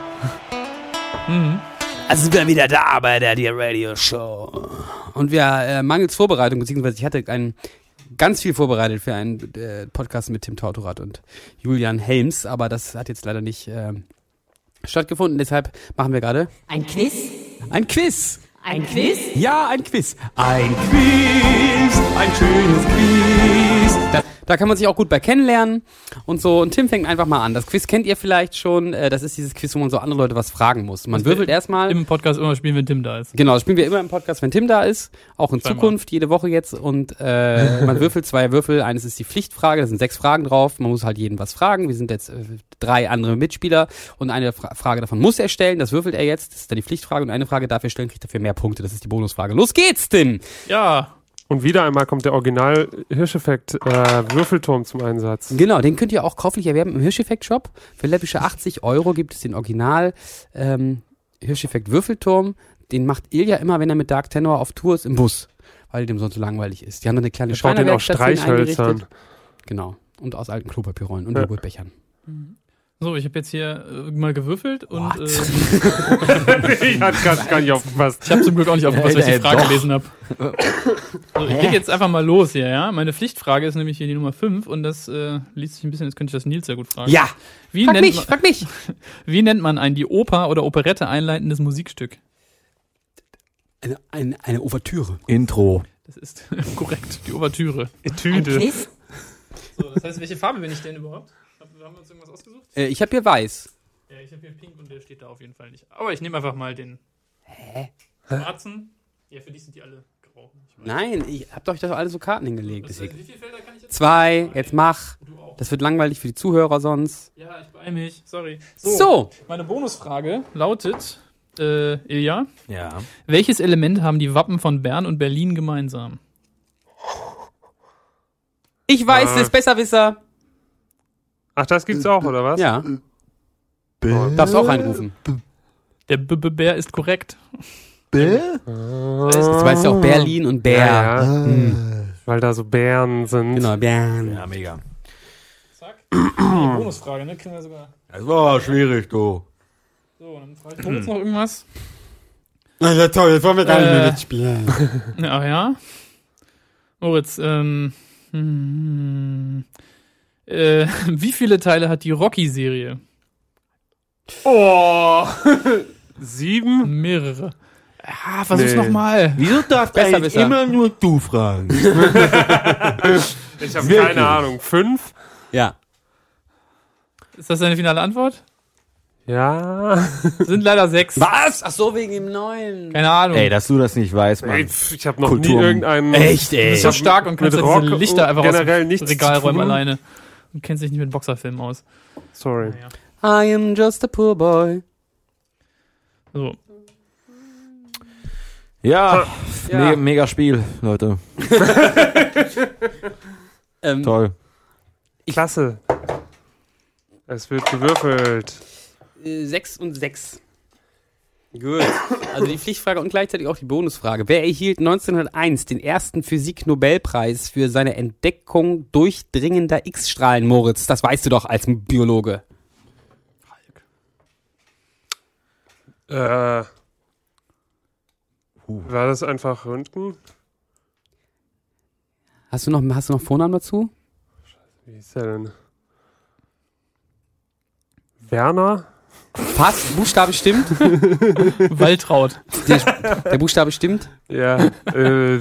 Hm. Also sind wir wieder da bei der Dear Radio Show. Und wir äh, mangels Vorbereitung, beziehungsweise ich hatte einen, ganz viel vorbereitet für einen äh, Podcast mit Tim Tautorat und Julian Helms, aber das hat jetzt leider nicht ähm, stattgefunden. Deshalb machen wir gerade Ein Quiz? ein Quiz. Ein Quiz? Ja, ein Quiz. Ein Quiz. Ein schönes Quiz. Da, da kann man sich auch gut bei kennenlernen und so. Und Tim fängt einfach mal an. Das Quiz kennt ihr vielleicht schon. Äh, Das ist dieses Quiz, wo man so andere Leute was fragen muss. Man Das wir würfelt erstmal. Im Podcast immer spielen, wenn Tim da ist. Genau, das spielen wir immer im Podcast, wenn Tim da ist, auch in Zweimal. Zukunft, jede Woche jetzt. Und äh, man würfelt zwei Würfel. Eines ist die Pflichtfrage, da sind sechs Fragen drauf. Man muss halt jeden was fragen. Wir sind jetzt äh, drei andere Mitspieler und eine Fra Frage davon muss er stellen. Das würfelt er jetzt. Das ist dann die Pflichtfrage und eine Frage darf er stellen, kriegt dafür mehr Punkte. Das ist die Bonusfrage. Los geht's, Tim! Ja. Und wieder einmal kommt der Original Hirscheffekt äh, Würfelturm zum Einsatz. Genau, den könnt ihr auch käuflich erwerben im Hirscheffekt-Shop. Für läppische 80 Euro gibt es den Original ähm, Hirscheffekt-Würfelturm. Den macht Ilja immer, wenn er mit Dark Tenor auf Tour ist, im Bus, weil dem sonst so langweilig ist. Die haben da eine kleine Ich schaut den auf Schreinerwerkstatt für ihn eingerichtet. Streichhölzern. Genau. Und aus alten Klopapierrollen und Ja. Joghurtbechern. So, ich habe jetzt hier äh, mal gewürfelt und äh, ich hatte ganz gar nicht aufgepasst. ich habe zum Glück auch nicht aufgepasst, weil ich Ey, die Frage doch. gelesen habe. So, ich leg jetzt einfach mal los hier, ja. Meine Pflichtfrage ist nämlich hier die Nummer 5 und das äh, liest sich ein bisschen, jetzt könnte ich das Nils sehr gut fragen. Ja, Wie frag nennt, mich, man, frag mich. wie nennt man ein die Oper oder Operette einleitendes Musikstück? Eine, eine, eine Ouvertüre. Intro. Das ist korrekt, die Ouvertüre. Ein Tüde. Quiz? So, das heißt, welche Farbe bin ich denn überhaupt? Haben wir uns irgendwas ausgesucht? Äh, ich habe hier weiß. Ja, ich habe hier pink und der steht da auf jeden Fall nicht. Aber ich nehme einfach mal den Hä? schwarzen. Ja, für dich sind die alle grau. Nein, ich hab euch doch alle so Karten hingelegt. Das Ist egal. heißt, wie viele Felder kann ich jetzt? Zwei, jetzt mach. Du auch. Das wird langweilig für die Zuhörer sonst. Ja, ich beeile mich. Sorry. So, meine Bonusfrage lautet, äh, Ilja, Ja. welches Element haben die Wappen von Bern und Berlin gemeinsam? ich weiß Ah. es, Besserwisser. Ach, das gibt's auch, oder was? Ja, darfst auch reinrufen. Der B -B Bär ist korrekt. Bäh? Das weißt ja auch Berlin und Bär. Ja, ja, weil da so Bären sind. Genau, Bern. Ja, mega. Zack. Bonusfrage, ne? Kriegen wir sogar. Das war Ah, schwierig, du. So, dann frage ich jetzt noch irgendwas. Na ja, toll, jetzt wollen wir gar nicht Äh. mehr mitspielen. Ach ja. Moritz, ähm. Hm, äh, wie viele Teile hat die Rocky-Serie? Oh! Sieben? Mehrere. Ah, versuch's Nee. nochmal. Wieso darfst Besser, besser. nur du fragen? Ich habe Wirklich? keine Ahnung. Fünf? Ja. Ist das deine finale Antwort? Ja. Sind leider sechs. Was? Ach so, wegen dem neuen. Keine Ahnung. Ey, dass du das nicht weißt, Ey, Mann. pf, Ich habe noch Kultur- nie irgendeinen. Echt, Du ey. bist so stark und kannst mit ja diese Rock Lichter einfach generell aus dem nichts Regal zu räumen tun. alleine. Und kennst dich nicht mit Boxerfilmen aus. Sorry. I am just a poor boy. So. Ja, Ja. Me mega Spiel, Leute. Ähm, Toll. Klasse. Es wird gewürfelt. äh, sechs und sechs. Gut. Also die Pflichtfrage und gleichzeitig auch die Bonusfrage. Wer erhielt 1901 den ersten Physik-Nobelpreis für seine Entdeckung durchdringender X-Strahlen, Moritz? Das weißt du doch als Biologe. Äh, war das einfach Röntgen? Hast du noch, hast du noch Vornamen dazu? Wie ist der denn? Werner? Fast. Buchstabe stimmt. Waltraud. Der, der Buchstabe stimmt. Ja. äh,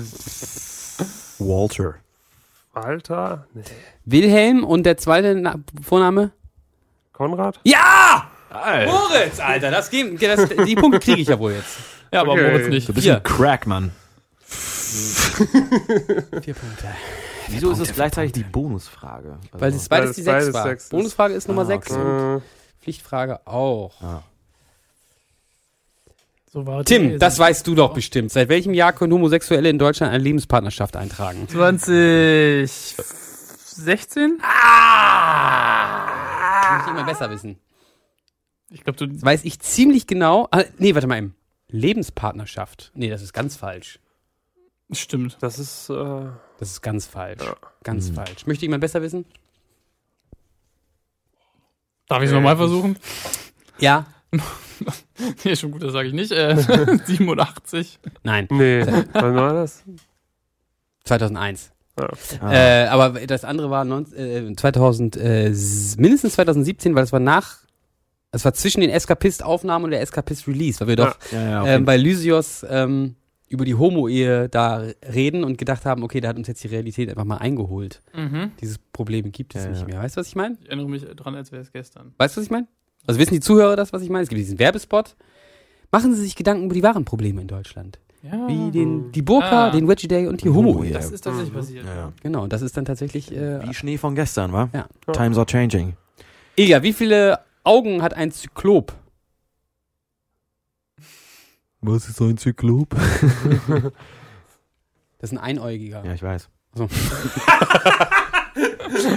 Walter. Walter? Nee. Wilhelm und der zweite Na Vorname? Konrad? Ja! Moritz, Alter, das geht, das, die Punkte kriege ich ja wohl jetzt. Ja, aber Okay. Moritz nicht. Du bist Hier. ein Crack, Mann. Vier Punkte. Wieso ist das gleichzeitig die Bonusfrage? Also, Weil es beides Weil die es sechs beides war. sechs ist. Bonusfrage ist Nummer Ah, sechs okay. und Äh, Pflichtfrage auch. So war Tim, das weißt du doch bestimmt. Seit welchem Jahr können Homosexuelle in Deutschland eine Lebenspartnerschaft eintragen? 2016? Muss ich immer besser wissen. Ich glaube, du. Das weiß ich ziemlich genau. Ah, nee, warte mal eben. Lebenspartnerschaft. Nee, das ist ganz falsch. Stimmt. das ist, äh, Das ist ganz falsch. Ja. Ganz falsch. Möchte jemand besser wissen? Darf ich es nochmal versuchen? Ja. Äh, Nee, schon gut, das sage ich nicht. Äh, 87. Nein. nee, wann war das? 2001. ah, Äh, aber das andere war 19, äh, 2000, äh, s- mindestens 2017, weil das war nach, das war zwischen den Eskapist-Aufnahmen und der Eskapist-Release, weil wir doch ja, ja, auf ähm, jeden bei Lysios ähm, über die Homo-Ehe da reden und gedacht haben, okay, da hat uns jetzt die Realität einfach mal eingeholt. Mhm. Dieses Problem gibt es Ja, nicht ja. mehr. Weißt du, was ich meine? Ich erinnere mich dran, als wäre es gestern. Weißt du, was ich meine? Also wissen die Zuhörer das, was ich meine? Es gibt diesen Werbespot. Machen Sie sich Gedanken über die wahren Probleme in Deutschland. Ja. Wie den, die Burka, Ah. den Wedgie Day und die Homo-Ehe. Das ist tatsächlich passiert. Ja, ja. Genau, das ist dann tatsächlich. Äh, Wie Schnee von gestern, wa? Ja. Times are changing. Ilja, wie viele Augen hat ein Zyklop? Was ist so ein Zyklop? Das ist ein Einäugiger. Ja, ich weiß.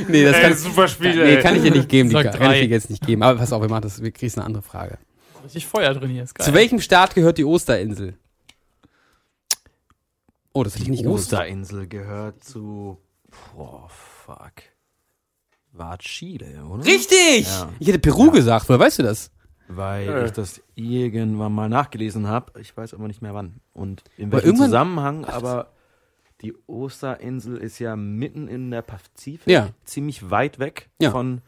Nee, das Ey, kann, super Spiel, nee, ey. kann ich dir nicht geben. Die Sag kann, kann ich drei. dir jetzt nicht geben. Aber pass auf, wir machen das. Wir kriegen eine andere Frage. Richtig Feuer drin hier. Ist geil. Zu welchem Staat gehört die Osterinsel? Oh, das hätte ich nicht Die gewusst. Osterinsel gehört zu. Boah, fuck. War Chile, oder? Richtig! Ja. Ich hätte Peru gesagt. Woher weißt du das? Weil Ja. ich das irgendwann mal nachgelesen habe. Ich weiß aber nicht mehr wann. Und in Aber welchem irgendwann- Zusammenhang, aber die Osterinsel ist ja mitten in der Pazifik, Ja. ziemlich weit weg Ja. von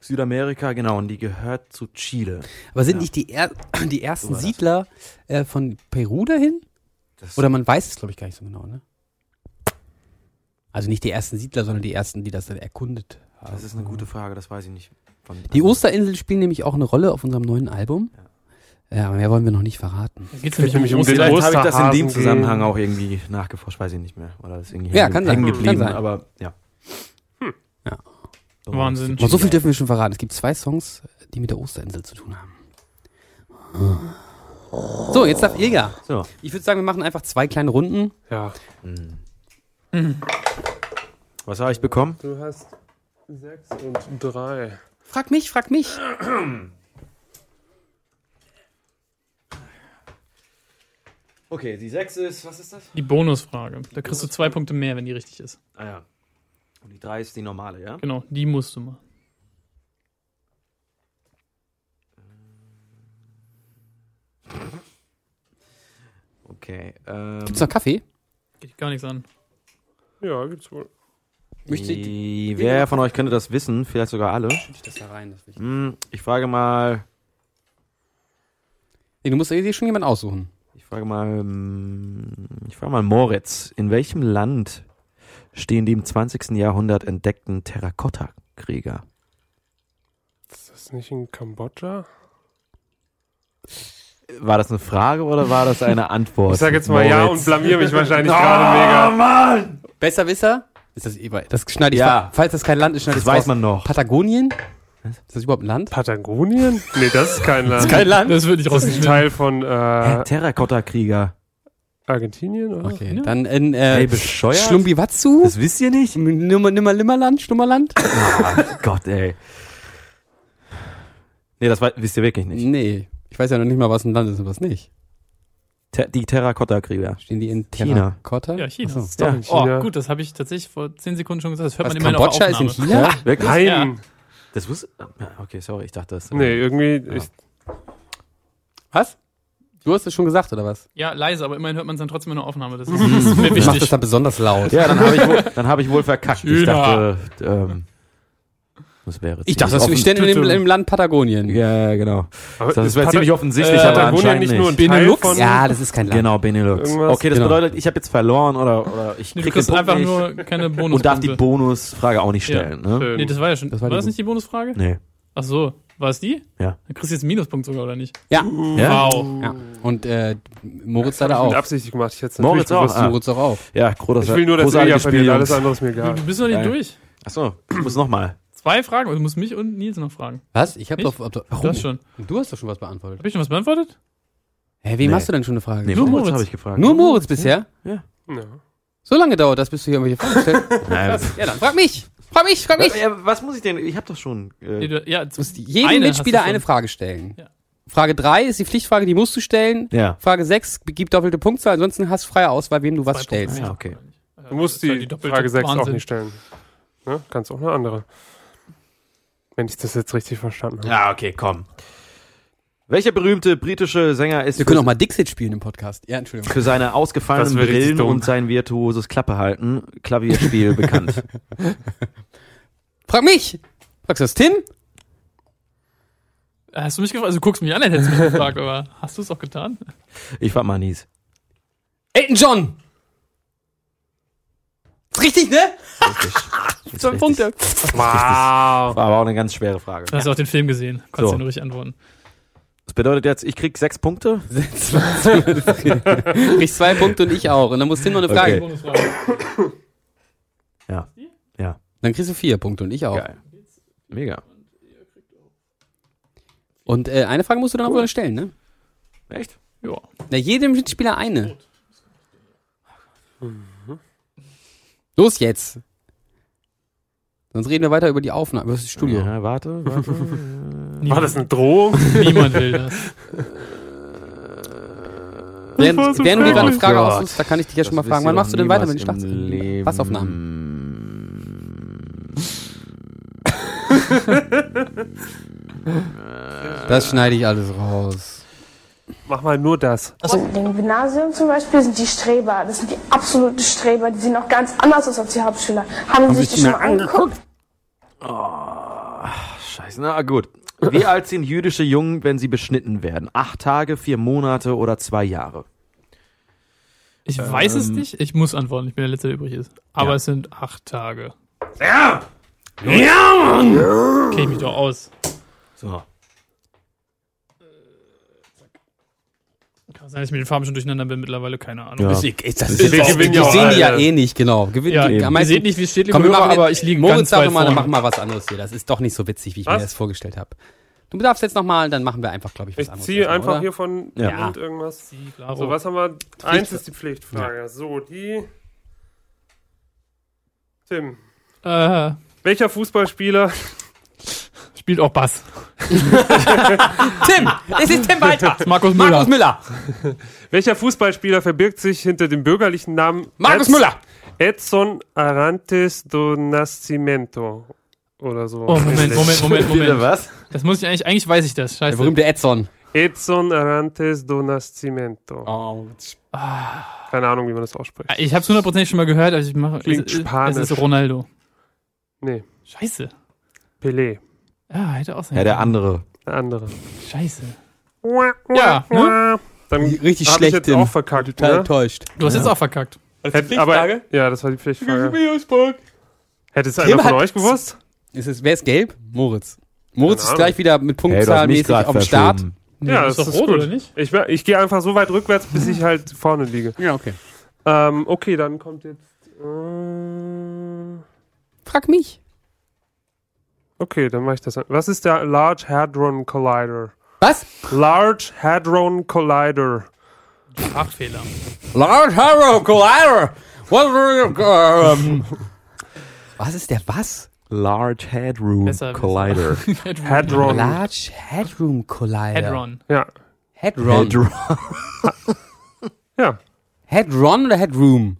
Südamerika, genau, und die gehört zu Chile. Aber sind Ja. nicht die, er die ersten war das. Siedler äh, von Peru dahin? Das Oder man weiß es, glaube ich, gar nicht so genau, ne? Also nicht die ersten Siedler, sondern die ersten, die das dann erkundet haben. Das ist eine gute Frage, das weiß ich nicht. Von, Die also, Osterinsel spielen nämlich auch eine Rolle auf unserem neuen Album. Ja, aber mehr wollen wir noch nicht verraten. Da geht's nämlich um Nämlich um Ostern. den Vielleicht habe ich das in Osterhasen dem Zusammenhang gehen. auch irgendwie nachgeforscht, weiß ich nicht mehr. Oder das ist irgendwie Ja, hängen- kann sein. hängen Kann geblieben, sein. aber ja. Ja. Warum Wahnsinn. Aber so viel dürfen wir schon verraten. Es gibt zwei Songs, die mit der Osterinsel zu tun haben. So, jetzt darf Ilga. So. Hm. Ich würde sagen, wir machen einfach zwei kleine Runden. Ja. Was habe ich bekommen? Du hast sechs und drei. Frag mich, frag mich. Okay, die 6 ist, was ist das? Die Bonusfrage. Da kriegst du zwei Punkte mehr, wenn die richtig ist. Ah ja. Und die 3 ist die normale, ja? Genau, die musst du machen. Okay. Ähm, Gibt's noch Kaffee? Geht gar nichts an. Ja, gibt's wohl. Möchte ich die, wer von euch könnte das wissen? Vielleicht sogar alle. das da rein? Das will ich- Hm, ich frage mal. nee, du musst dir schon jemanden aussuchen. Ich frage mal. hm, Ich frage mal Moritz. In welchem Land stehen die im 20. Jahrhundert entdeckten Terrakotta-Krieger? Ist das nicht in Kambodscha? War das eine Frage oder war das eine Antwort? Ich sag jetzt mal ja und Moritz. blamier mich wahrscheinlich gerade mega. Besserwisser? Ist das, eh- das schneide ich, Ja. fa- falls das kein Land ist, schneide ich Das weiß raus. man noch. Patagonien? Ist das überhaupt ein Land? Patagonien? Nee, das ist kein Land. Kein Land. Das würde ich Das ist ein rausgeschnitten. Teil von Hä, äh, Terrakotta-Krieger. Argentinien, oder? Okay, dann in äh, Ey, bescheuert. Schlumbiwatzu? Das wisst ihr nicht? Nimmer, nimmer, Limmerland, Schlummerland? Ah, Gott, ey. Nee, das wei- wisst ihr wirklich nicht. Nee. Ich weiß ja noch nicht mal, was ein Land ist und was nicht. Ter die Terrakotta-Krieger. Stehen die in China. Terrakotta? Ja, China. Achso. Doch Ja. in China. Oh, gut, das habe ich tatsächlich vor 10 Sekunden schon gesagt. Das hört Was, man immer noch auf Kambodscha ist in Aufnahme. China? Wirklich? Nein. Ja. Das wusste. Ja, Okay, sorry, ich dachte das. Nee, irgendwie. Ich, Was? Du hast es schon gesagt, oder was? Ja, leise, aber immerhin hört man es dann trotzdem in der Aufnahme. Das ist, das ist mir Ich mach das wichtig. dann besonders laut. Ja, dann habe ich, wohl- dann hab ich wohl verkackt. Ich dachte, China. ähm, das wäre Ich dachte, das ziemlich ich stände in dem, Tüte. im Land Patagonien. offen- Ja, genau. aber Das wäre Pata- ziemlich offensichtlich, äh, aber Patagonien anscheinend nicht nicht. nur ein Teil Benelux? von. Ja, das ist kein Land. Genau, Benelux. Irgendwas- okay, das Genau. bedeutet, ich habe jetzt verloren oder, oder ich Nee, kriege du den kriegst Punkt einfach nicht nur keine Bonuspunkte. und darf die Bonusfrage auch nicht stellen. ne? Schön. Nee, das war ja schon. Das war die war das nicht die Bonusfrage? Nee. Ach so, war es die? Ja. Dann kriegst du jetzt einen Minuspunkt sogar, oder nicht? Ja. Ja? Wow. ja. Und äh, Moritz leider ich auch. mit absichtlich gemacht. Ich hätte es Moritz natürlich auch, gewusst. ah. Moritz auch auf. Ja, großes, Ich will nur, dass Ilja großartiges verliert. Spiel. Alles Jungs. andere ist mir egal. Du bist noch nicht Geil. durch. Achso, ich muss nochmal. Zwei Fragen, also du musst mich und Nils noch fragen. Was? Ich habe Ich? doch. Hab doch Das schon. Du hast doch schon was beantwortet. Hab ich schon was beantwortet? Hä, wem Nee. hast du denn schon eine Frage? Nee, gestellt? Nur Moritz Moritz. habe ich gefragt. Nur Moritz bisher? Ja. So lange dauert das, bis du hier irgendwelche Fragen stellst. Nein. ja, dann frag mich. Frag mich, frag mich. Was, ja, was muss ich denn? Ich habe doch schon. Nee, Äh, du, ja, Du musst jedem Eine hast du Mitspieler schon. eine Frage stellen. Ja. Frage 3 ist die Pflichtfrage, die musst du stellen. ja. Frage 6 gibt doppelte Punktzahl, ansonsten hast du freie Auswahl, wem du was stellst. Ja, okay. Du musst die, Frage 6 auch nicht stellen. Ne? Kannst auch eine andere. Wenn ich das jetzt richtig verstanden habe. Ja, okay, komm. Welcher berühmte britische Sänger ist Wir können auch mal Dixit spielen im Podcast. Ja, Entschuldigung. für seine ausgefallenen Das wäre richtig Brillen dumm. und sein virtuoses Klappehalten Klavierspiel bekannt? Frag mich! Fragst du das Tim? Hast du mich gefragt? Also du guckst mich an, als hättest du mich gefragt, aber hast du es auch getan? Ich war mal nies. Elton John! Ist richtig, ne? Richtig. Ist Zwei richtig. Punkte. Wow. War aber auch eine ganz schwere Frage. Du hast ja auch den Film gesehen. Konntest So. ja nur richtig antworten. Das bedeutet jetzt, ich krieg sechs Punkte. Kriegst zwei Punkte und ich auch. Und dann muss Tim noch eine Frage. Okay. Bonusfrage. Dann kriegst du vier Punkte und ich auch. Geil. Mega. Und äh, eine Frage musst du dann auch wohl stellen, ne? Echt? Ja. Na, jedem Mitspieler eine. Los jetzt. Sonst reden wir weiter über die Aufnahme, über das Studio. Ja, warte, warte. War das eine Drohung? Niemand will das. Während, war so während du dir gerade eine schrecklich. Frage Oh aussuchst, da kann ich dich ja schon mal Das fragen, wisst wann ihr machst du doch denn weiter mit den niemals Staats im Leben. Bassaufnahmen? Das schneide ich alles raus. Mach mal nur das. Also in dem Gymnasium zum Beispiel sind die Streber, das sind die absoluten Streber, die sehen auch ganz anders aus als die Hauptschüler. Haben, Sie sich die schon mal angeguckt? Scheiße, na gut. Wie alt sind jüdische Jungen, wenn sie beschnitten werden? Acht Tage, vier Monate oder zwei Jahre? Ich weiß es nicht. Ich muss antworten. Ich bin der Letzte, der übrig ist. Aber es sind acht Tage. Ja! Ja, Mann! Kenn ich mich doch aus. So. Kann sein, dass ich mit den Farben schon durcheinander bin mittlerweile. Keine Ahnung. Ja. Ist- Ich, ich, das Wir ist auch, die gewinnen ja auch sehen die ja alle. eh nicht, genau. Gewinnen Ja, die, ihr am meisten- seht nicht, wie es steht, liebe Komm, wir Hörer, machen aber jetzt- ich liege Moritz, ganz sag weit doch mal, dann vorne. mach mal was anderes hier. Das ist doch nicht so witzig, wie ich mir Was? das vorgestellt habe. Du darfst jetzt nochmal, dann machen wir einfach, glaube ich, was Ich anderes. ziehe erstmal, einfach oder? hier von Ja. irgend- irgendwas. Die, klaro. So, was haben wir? Eins ist die Pflichtfrage. So, die. Tim. Äh, Welcher Fußballspieler spielt auch Bass. Tim! Es ist Tim Walter! Das ist Markus Müller. Markus Müller! Welcher Fußballspieler verbirgt sich hinter dem bürgerlichen Namen Markus Edson- Müller! Edson Arantes do Nascimento oder so. Oh, Moment, Moment, Moment, Moment. was? Das muss ich eigentlich, eigentlich weiß ich das. Der Scheiße. berühmte Edson. Edson Arantes do Nascimento. Oh, Keine Ahnung, wie man das ausspricht. Ah, Ich hab's hundertprozentig schon mal gehört, also ich mache. Klingt es, es- spanisch. Es ist Ronaldo. Nee, Scheiße. Pelé, Ja, hätte auch sein Ja, der andere. der andere. können. Scheiße. Ja, ne? Dann Richtig hab schlecht, ich jetzt Tim. auch verkackt, total ne? enttäuscht. Du hast jetzt auch verkackt. Hätt, aber, ja, das war die Pflichtfrage. Hätte es Tim einer von hat- euch gewusst? Ist es, wer ist gelb? Moritz. Moritz Keine ist Ahnung. gleich wieder mit Punktzahlmäßig grad auf dem Start. verschoben. Ja, das ist gut. nicht? Ich, wär- ich gehe einfach so weit rückwärts, bis ich halt vorne liege. Ja, okay. Ähm, okay, dann kommt jetzt. Äh, Frag mich. okay, dann mache ich das. Was ist der Large Hadron Collider? Was? Large Hadron Collider. Sprachfehler. Large um, Harrow Collider! What are you, ähm, Was ist der was? Large Headroom Besser- Collider. Hedron. Hadron. Large Headroom Collider. Hedron. Ja. Headron. Headroom. Ja. Headron oder Headroom?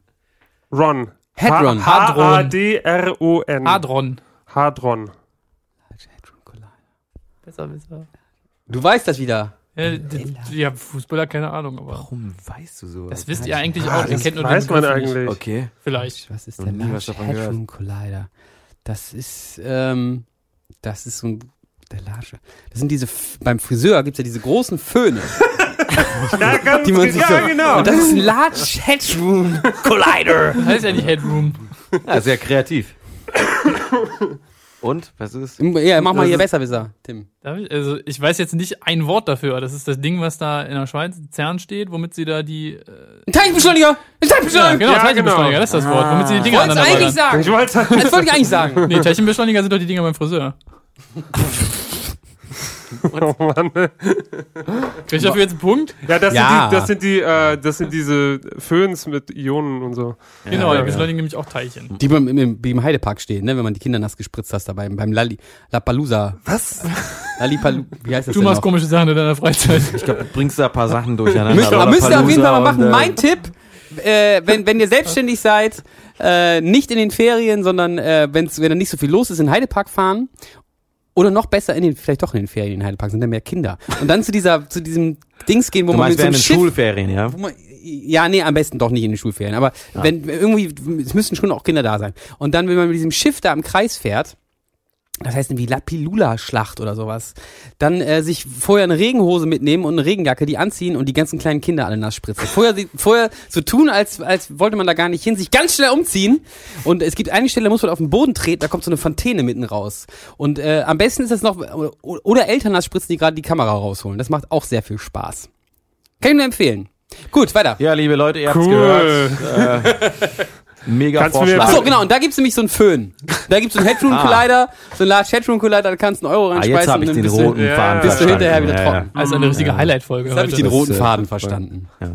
Ron. Hadron. H-A-D-R-O-N. Hadron. Hadron. Large Headroom Collider. Besser, besser. Du weißt das wieder. Äh, d- d- ja, Fußballer, keine Ahnung, aber. Warum weißt du so? Das wisst ihr eigentlich auch. Ihr Das kennt nur den weiß man Begriff nicht. eigentlich. Okay. Vielleicht. Was ist Noch der nie Large was davon gehört. Headroom Collider? Das ist, ähm, das ist so ein, der Large. Das sind diese, F- beim Friseur gibt's ja diese großen Föhne. Ja, ganz Die man sich so- ja, genau. Und das ist ein Large Headroom Collider. Das heißt ja nicht Headroom. Ja, sehr kreativ. Und? Was ist es? Ja, mach mal Das hier ist- besser, besser, Tim. Darf ich? Also, ich weiß jetzt nicht ein Wort dafür, aber das ist das Ding, was da in der Schweiz CERN steht, womit sie da die. Äh, Ein Teilchenbeschleuniger! Ein ja, Teilchenbeschleuniger! genau, Ja, Teilchenbeschleuniger, genau. das ist das Wort, womit sie die Ich Dinger wollte es aneinander eigentlich ballern. sagen. Ich wollte Das wollte ich eigentlich sagen. Nee, Teilchenbeschleuniger sind doch die Dinger beim Friseur. Also- Oh Mann. Krieg ich dafür jetzt einen Punkt? Ja, das Ja. sind, die, das sind, die, äh, das sind diese Föhns mit Ionen und so. genau, ja, die ja. beschleunigen nämlich auch Teilchen. Die beim, im, die im Heidepark stehen, ne? wenn man die Kinder nass gespritzt hast, da beim, beim Lali, Lapalooza. Was? Lalipalu, wie heißt das Du denn machst noch? komische Sachen in deiner Freizeit. Ich glaube, du bringst da ein paar Sachen durcheinander. Müsst, aber Oder müsst ihr auf jeden Fall mal machen. Palooza und, äh, Mein Tipp, äh, wenn, wenn ihr selbstständig seid, äh, nicht in den Ferien, sondern äh, wenn's, wenn da nicht so viel los ist, in den Heidepark fahren. Oder noch besser in den, vielleicht doch in den Ferien in den Heidepark, sind da mehr Kinder. Und dann zu dieser, zu diesem Dings gehen, wo Du man meinst, mit so einem während den Schiff Schulferien, ja? Wo man- Ja, nee, am besten doch nicht in den Schulferien. Aber wenn irgendwie, es müssen schon auch Kinder da sein. Und dann, wenn man mit diesem Schiff da im Kreis fährt, das heißt irgendwie Lapilula-Schlacht oder sowas, dann äh, sich vorher eine Regenhose mitnehmen und eine Regenjacke, die anziehen und die ganzen kleinen Kinder alle nass spritzen. Vorher, sie- vorher so tun, als, als wollte man da gar nicht hin, sich ganz schnell umziehen. Und es gibt eine Stelle, da muss man auf den Boden treten, da kommt so eine Fontäne mitten raus. Und äh, am besten ist das noch, oder Eltern nass spritzen, die gerade die Kamera rausholen. Das macht auch sehr viel Spaß. Kann ich nur empfehlen. Gut, weiter. Ja, liebe Leute, ihr habt's Cool. gehört. Äh, mega Kannst du mir- Vorschlag. Achso, genau, und da gibt's nämlich so einen Föhn. Da gibt's so einen Headroom-Collider, so einen Large Headroom-Collider, da kannst du einen Euro Ah, reinschmeißen jetzt habe ich und den bist du- roten Ja, Faden. bist du verstanden. hinterher wieder trocken. Also eine richtige Highlight-Folge. Jetzt habe ich heute. den roten Das, äh, Faden verstanden. Ja,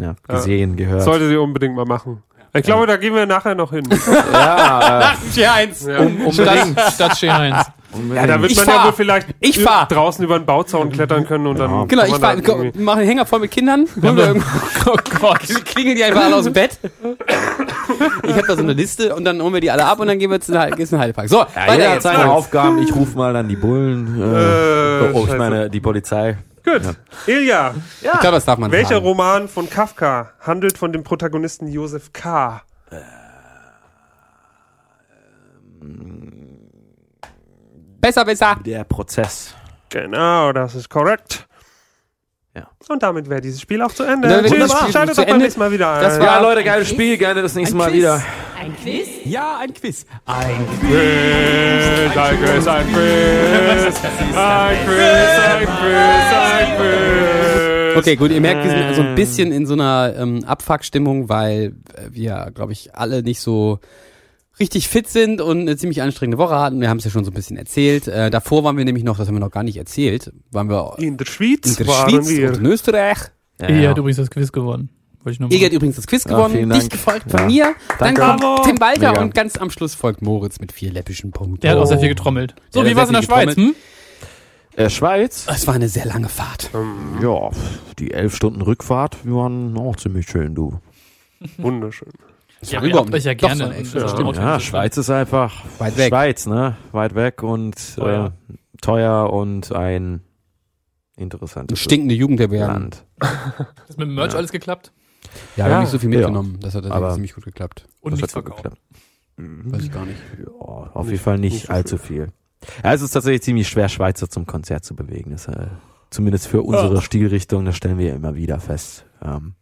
ja. Gesehen, gehört. Mhm, Sollte sie unbedingt mal machen. Ich glaube, da gehen wir nachher noch hin. ja, G1. Ja, Um- ja Stadt, Stadt G1. da wird Ich man fahr. ja wohl vielleicht Ich fahr. draußen über einen Bauzaun klettern können und dann. Genau, kann ich man fahr, da komm, irgendwie- mach einen Hänger voll mit Kindern. Holen wir irgendwo- oh Gott. Klingeln die einfach alle aus dem Bett. Ich habe da so eine Liste und dann holen wir die alle ab und dann gehen wir zu einem Heidepark. So, jeder weiter hat jetzt. seine Aufgaben. Ich rufe mal dann die Bullen. Äh, Äh, oh, ich scheiße. meine, die Polizei. Gut. Ilja, Ich glaube, das darf man welcher sagen. Roman von Kafka handelt von dem Protagonisten Josef K.? Besser, besser. Der Prozess. Genau, das ist korrekt. Ja. Und damit wäre dieses Spiel auch zu Ende. Damit wäre Tschüss, dieses Spiel schaltet zu doch beim Ende. nächsten Mal wieder ein. Das war- Ja, Leute, geiles Spiel. Gerne das nächste Mal wieder. Ein Quiz? Ja, ein Quiz. Quiz, ein Quiz, ein Quiz, ein Quiz, ein Quiz, ein Quiz. Okay, gut, ihr merkt, wir sind so Ähm. ein bisschen in so einer ähm, Abfuck-Stimmung, weil äh, wir, glaube ich, alle nicht so richtig fit sind und eine ziemlich anstrengende Woche hatten. Wir haben es ja schon so ein bisschen erzählt. Äh, davor waren wir nämlich noch, das haben wir noch gar nicht erzählt, waren wir In der Schweiz in der waren Schweiz wir. und in Österreich. Ja, Ihr hat übrigens das Quiz gewonnen. Wollte ich nur mal. Ihr hat übrigens das Quiz Ja, gewonnen, vielen dicht Dank. gefolgt von Ja. mir. Dann Danke. kommt Tim Walter Mega. und ganz am Schluss folgt Moritz mit vier läppischen Punkten. Der hat auch sehr viel getrommelt. So, Der wie hat war's in sehr der viel Schweiz? Hm? Äh, Schweiz. Oh, Es war eine sehr lange Fahrt. Hm, Ja, die elf Stunden Rückfahrt, die waren auch ziemlich schön, du. Wunderschön. Ich Ja, aber ihr habt euch ja gerne. Ja. stimmt. Ja, Schweiz ist einfach Weit weg. Schweiz, ne? Weit weg und teuer, Teuer. äh, teuer und ein interessantes Stinkende Jugendherbergen. Land. Ist mit dem Merch alles geklappt? Ja, wir haben Ja. nicht so viel Ja. mitgenommen. Das hat tatsächlich Aber- ziemlich gut geklappt. Und Das nichts hat gut verkauft. geklappt. Mhm. Weiß ich gar nicht. Ja, auf jeden Fall nicht, nicht so allzu viel. Ja, es ist tatsächlich ziemlich schwer, Schweizer zum Konzert zu bewegen. Das, äh, zumindest für unsere Stilrichtung, das stellen wir immer wieder fest. Ähm,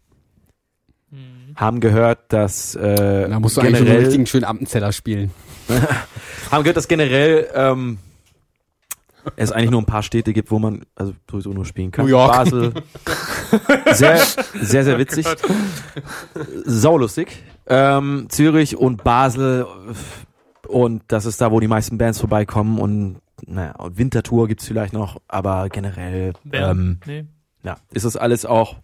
Hm. haben gehört, dass äh, Da musst du eigentlich einen generell richtigen schönen Appenzeller spielen. haben gehört, dass generell ähm, es eigentlich nur ein paar Städte gibt, wo man also sowieso nur spielen kann. New York. Basel. Sehr, sehr, sehr witzig. Oh Saulustig. Ähm, Zürich und Basel und das ist da, wo die meisten Bands vorbeikommen und naja, und Wintertour gibt's vielleicht noch, aber generell ähm, Bern. Nee. ja, ist das alles auch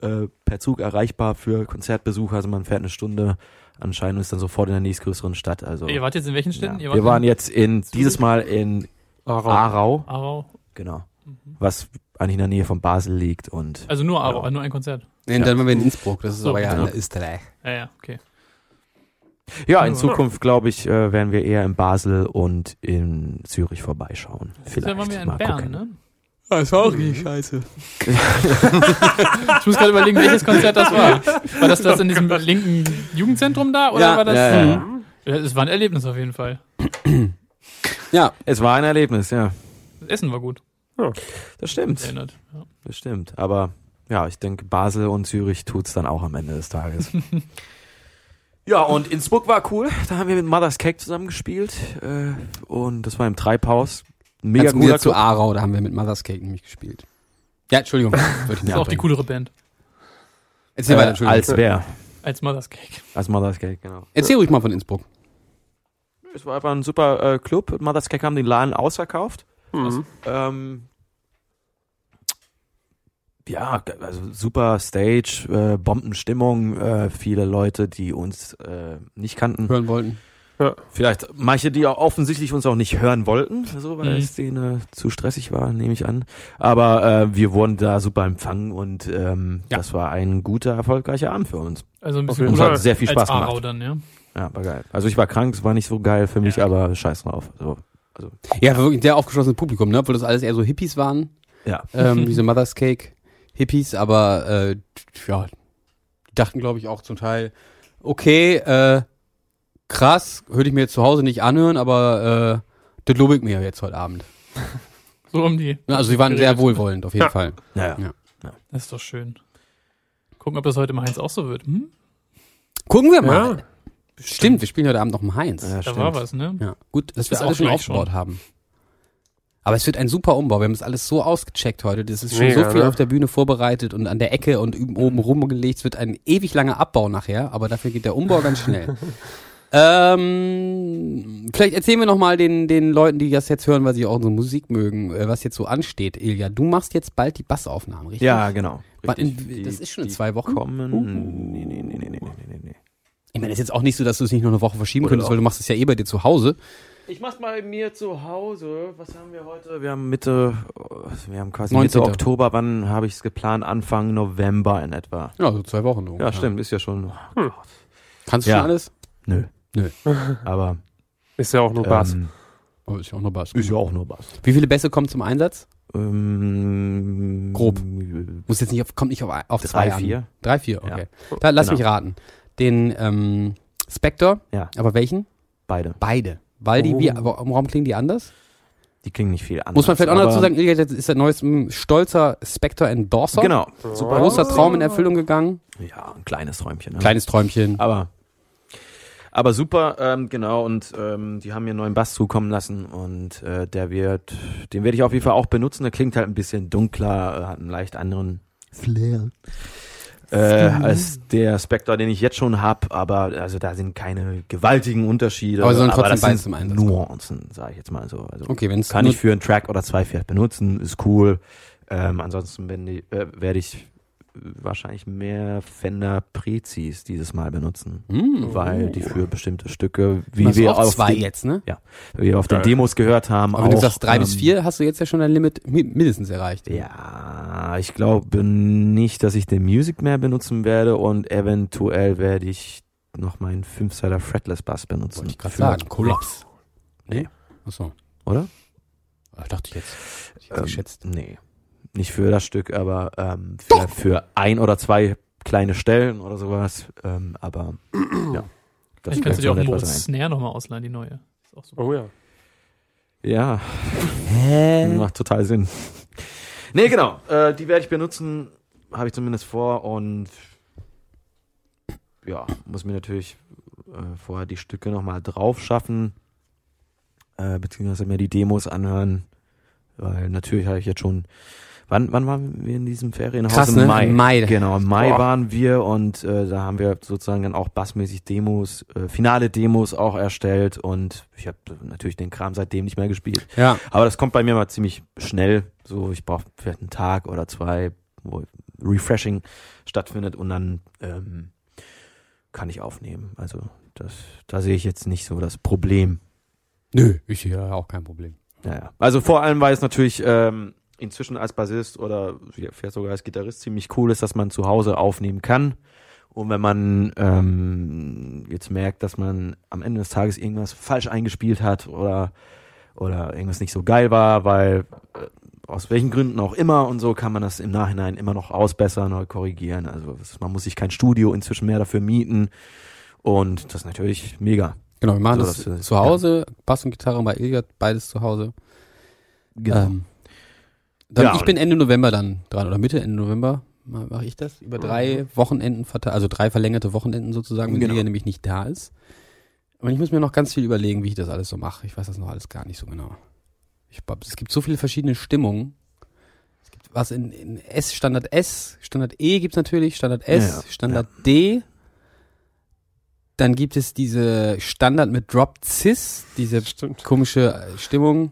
äh, per Zug erreichbar für Konzertbesucher. Also man fährt eine Stunde anscheinend und ist dann sofort in der nächstgrößeren Stadt. Also Ihr wart jetzt in welchen ja. Städten? Ihr wart wir waren jetzt in dieses Mal in Aarau. Aarau, in Aarau. genau, was eigentlich in der Nähe von Basel liegt und Also nur Aarau, Ja. nur ein Konzert. Nee, dann waren wir in Innsbruck, das ist So, aber ja ja. in Österreich. Ja, ja, okay. ja, in Ja. Zukunft glaube ich äh, werden wir eher in Basel und in Zürich vorbeischauen. Vielleicht Dann waren wir in mal Bern, gucken. Mhm. ne? Ah, sorry, scheiße. Ich muss gerade überlegen, welches Konzert das war. War das das in diesem linken Jugendzentrum da oder Ja, war das? ja, ja, ja. Mhm. Ja, Es war ein Erlebnis auf jeden Fall. Ja, Es war ein Erlebnis, ja. Das Essen war gut, Das stimmt, erinnert. Ja. das stimmt. Aber ja, ich denke, Basel und Zürich tut's dann auch am Ende des Tages. ja, und Innsbruck war cool. Da haben wir mit Mother's Cake zusammen gespielt äh, und das war im Treibhaus. Mega ganz wieder cooler zu Aarau, da haben wir mit Mother's Cake nämlich gespielt. Ja, Entschuldigung, wollte ich nicht Das ist auch die abbringen. coolere Band Erzähl weiter, äh, Entschuldigung. als wer? als Mother's Cake. Als Mother's Cake, genau. Erzähl ruhig mal von Innsbruck. Es war einfach ein super äh, Club. Mother's Cake haben den Laden ausverkauft. Mhm. Ähm, ja, ge- also super Stage, äh, Bombenstimmung, äh, viele Leute, die uns äh, nicht kannten. Hören wollten. Vielleicht manche, die auch offensichtlich uns auch nicht hören wollten, so weil Mhm. es denen äh, zu stressig war, nehme ich an. Aber äh, wir wurden da super empfangen und ähm, Ja. das war ein guter, erfolgreicher Abend für uns. Also ein bisschen Und es Cool. hat sehr viel Spaß als Aarau gemacht. dann, ja. Ja, war geil. Also ich war krank, es war nicht so geil für mich, Ja. aber scheiß drauf. So. Ja, war wirklich ein sehr aufgeschlossenes Publikum, ne? Obwohl das alles eher so Hippies waren. Ja. Ähm, diese Mother's Cake Hippies, aber äh, ja, die dachten, glaube ich, auch zum Teil, okay, äh, krass, würde ich mir jetzt zu Hause nicht anhören, aber äh, das lobe ich mir jetzt heute Abend. So um die. Ne, Also sie waren sehr Geredet. wohlwollend, auf jeden Ja. Fall. Naja. Das ist doch schön. Gucken, ob das heute mal Heinz auch so wird. Hm? Gucken wir mal. Ja. Stimmt, wir spielen heute Abend noch im Heinz. Ja, Ja, Da stimmt. war was, ne? gut, dass wir Ist auch alles schon gleich aufgebaut haben. Aber es wird ein super Umbau. Wir haben das alles so ausgecheckt heute. Das ist schon Mega, so viel ne? auf der Bühne vorbereitet und an der Ecke und üben oben rumgelegt. Es wird ein ewig langer Abbau nachher, aber dafür geht der Umbau ganz schnell. ähm, vielleicht erzählen wir nochmal den, den Leuten, die das jetzt hören, weil sie auch unsere Musik mögen, äh, was jetzt so ansteht. Ilja, du machst jetzt bald die Bassaufnahmen, richtig? Ja, genau. Wann- in- Richtig. das ist schon in Die- zwei Wochen. Uh. kommen. Nee, nee, nee, nee, nee, nee, nee, nee. Ich meine, es ist jetzt auch nicht so, dass du es nicht noch eine Woche verschieben Oder könntest, doch. weil du machst es ja eh bei dir zu Hause. Ich mach's mal bei mir zu Hause. Was haben wir heute? Wir haben Mitte, wir haben quasi 19.. Mitte Oktober. Wann habe ich es geplant? Anfang November in etwa. Ja, so zwei Wochen. Ja, stimmt, ist ja schon. Kannst du Ja. schon alles? Nö. Nö. Aber Ist ja auch nur Bass. ähm, Oh, ist ja auch nur Bass. ist ja auch nur Bass. Wie viele Bässe kommen zum Einsatz? Ähm, Grob. Muss jetzt nicht auf, kommt nicht auf, ein- auf zwei Drei, vier. An. Drei, vier, okay. Da, lass Genau. mich raten. Den ähm, Spector, Ja. aber welchen? Beide. Beide. Weil die, Oh. wie, wa- warum klingen die anders? Die klingen nicht viel anders. Muss man vielleicht auch noch aber- dazu sagen, Ilja ist der neues m, stolzer Spector Endorser. Genau. Super großer Traum in Erfüllung gegangen. Ja, ein kleines Träumchen. Ne? Kleines Träumchen. Aber, aber super, ähm, genau. Und ähm, die haben mir einen neuen Bass zukommen lassen und äh, der wird, den werde ich auf jeden Fall auch benutzen. Der klingt halt ein bisschen dunkler, äh, hat einen leicht anderen Flair. Äh, als der Spectre, den ich jetzt schon habe, aber also da sind keine gewaltigen Unterschiede. Aber sollen trotzdem das beide sind zum Einsatz kommen. Nuancen, sage ich jetzt mal so. Also Okay, wenn es kann ich für einen Track oder zwei vielleicht benutzen, ist cool. Ähm, ansonsten bin die, äh, werde ich wahrscheinlich mehr Fender Prezis dieses Mal benutzen, Hm. weil die für bestimmte Stücke, wie Machst du wir Also auch auf, zwei den, jetzt, ne? wie wir auf den Ja. Demos gehört haben. Aber wenn auch, du sagst drei bis ähm, vier, hast du jetzt ja schon dein Limit mi- mindestens erreicht. Ja, ich glaube nicht, dass ich den Music mehr benutzen werde und eventuell werde ich noch meinen 5-Sider Fretless Bass benutzen. Wollte ich gerade Für- sagen. Kollaps. Nee? Nee. Achso. Oder? Ah, dachte ich jetzt. Hätte Ich jetzt Ähm, geschätzt. Nee. Nicht für das Stück, aber ähm, für, für ein oder zwei kleine Stellen oder sowas. Ähm, aber ja. Das Vielleicht kannst du dir auch könnte Moritz etwas sein. Snare nochmal ausleihen, die neue. Ist auch super. Oh ja. Ja, Äh. Hä? macht total Sinn. Nee, genau. Äh, die werde ich benutzen, habe ich zumindest vor und ja, muss mir natürlich äh, vorher die Stücke nochmal drauf schaffen, äh, beziehungsweise mir die Demos anhören, weil natürlich habe ich jetzt schon. Wann, wann waren wir in diesem Ferienhaus? Krass, Im ne? Mai. Im Mai. Genau, im Mai Boah. waren wir und äh, da haben wir sozusagen dann auch bassmäßig Demos, äh, finale Demos auch erstellt und ich habe natürlich den Kram seitdem nicht mehr gespielt. Ja. Aber das kommt bei mir mal ziemlich schnell. So, ich brauche vielleicht einen Tag oder zwei, wo Refreshing stattfindet und dann ähm, kann ich aufnehmen. Also das, da sehe ich jetzt nicht so das Problem. Nö, ich sehe da auch kein Problem. Naja. Also vor allem, weil es natürlich ähm, inzwischen als Bassist oder vielleicht sogar als Gitarrist ziemlich cool ist, dass man zu Hause aufnehmen kann. Und wenn man ähm, jetzt merkt, dass man am Ende des Tages irgendwas falsch eingespielt hat oder, oder irgendwas nicht so geil war, weil äh, aus welchen Gründen auch immer und so kann man das im Nachhinein immer noch ausbessern oder korrigieren. Also es- man muss sich kein Studio inzwischen mehr dafür mieten. Und das ist natürlich mega. Genau, wir machen So, das, das äh, ist- zu Hause, Bass und Gitarre bei Ilgat, beides zu Hause. Ähm, dann, Genau. Ja, ich und- bin Ende November dann dran oder Mitte Ende November ma- mache ich das über drei Wochenenden verteilt, also drei verlängerte Wochenenden sozusagen, wenn Mhm. Genau. Ilja nämlich nicht da ist. Und ich muss mir noch ganz viel überlegen, wie ich das alles so mache. Ich weiß das noch alles gar nicht so genau. Ich, glaub, es gibt so viele verschiedene Stimmungen. Es gibt was in, in S, Standard S, Standard E gibt's natürlich, Standard S, Ja, ja. Standard D. Dann gibt es diese Standard mit Drop Cis, diese Stimmt. komische äh, Stimmung,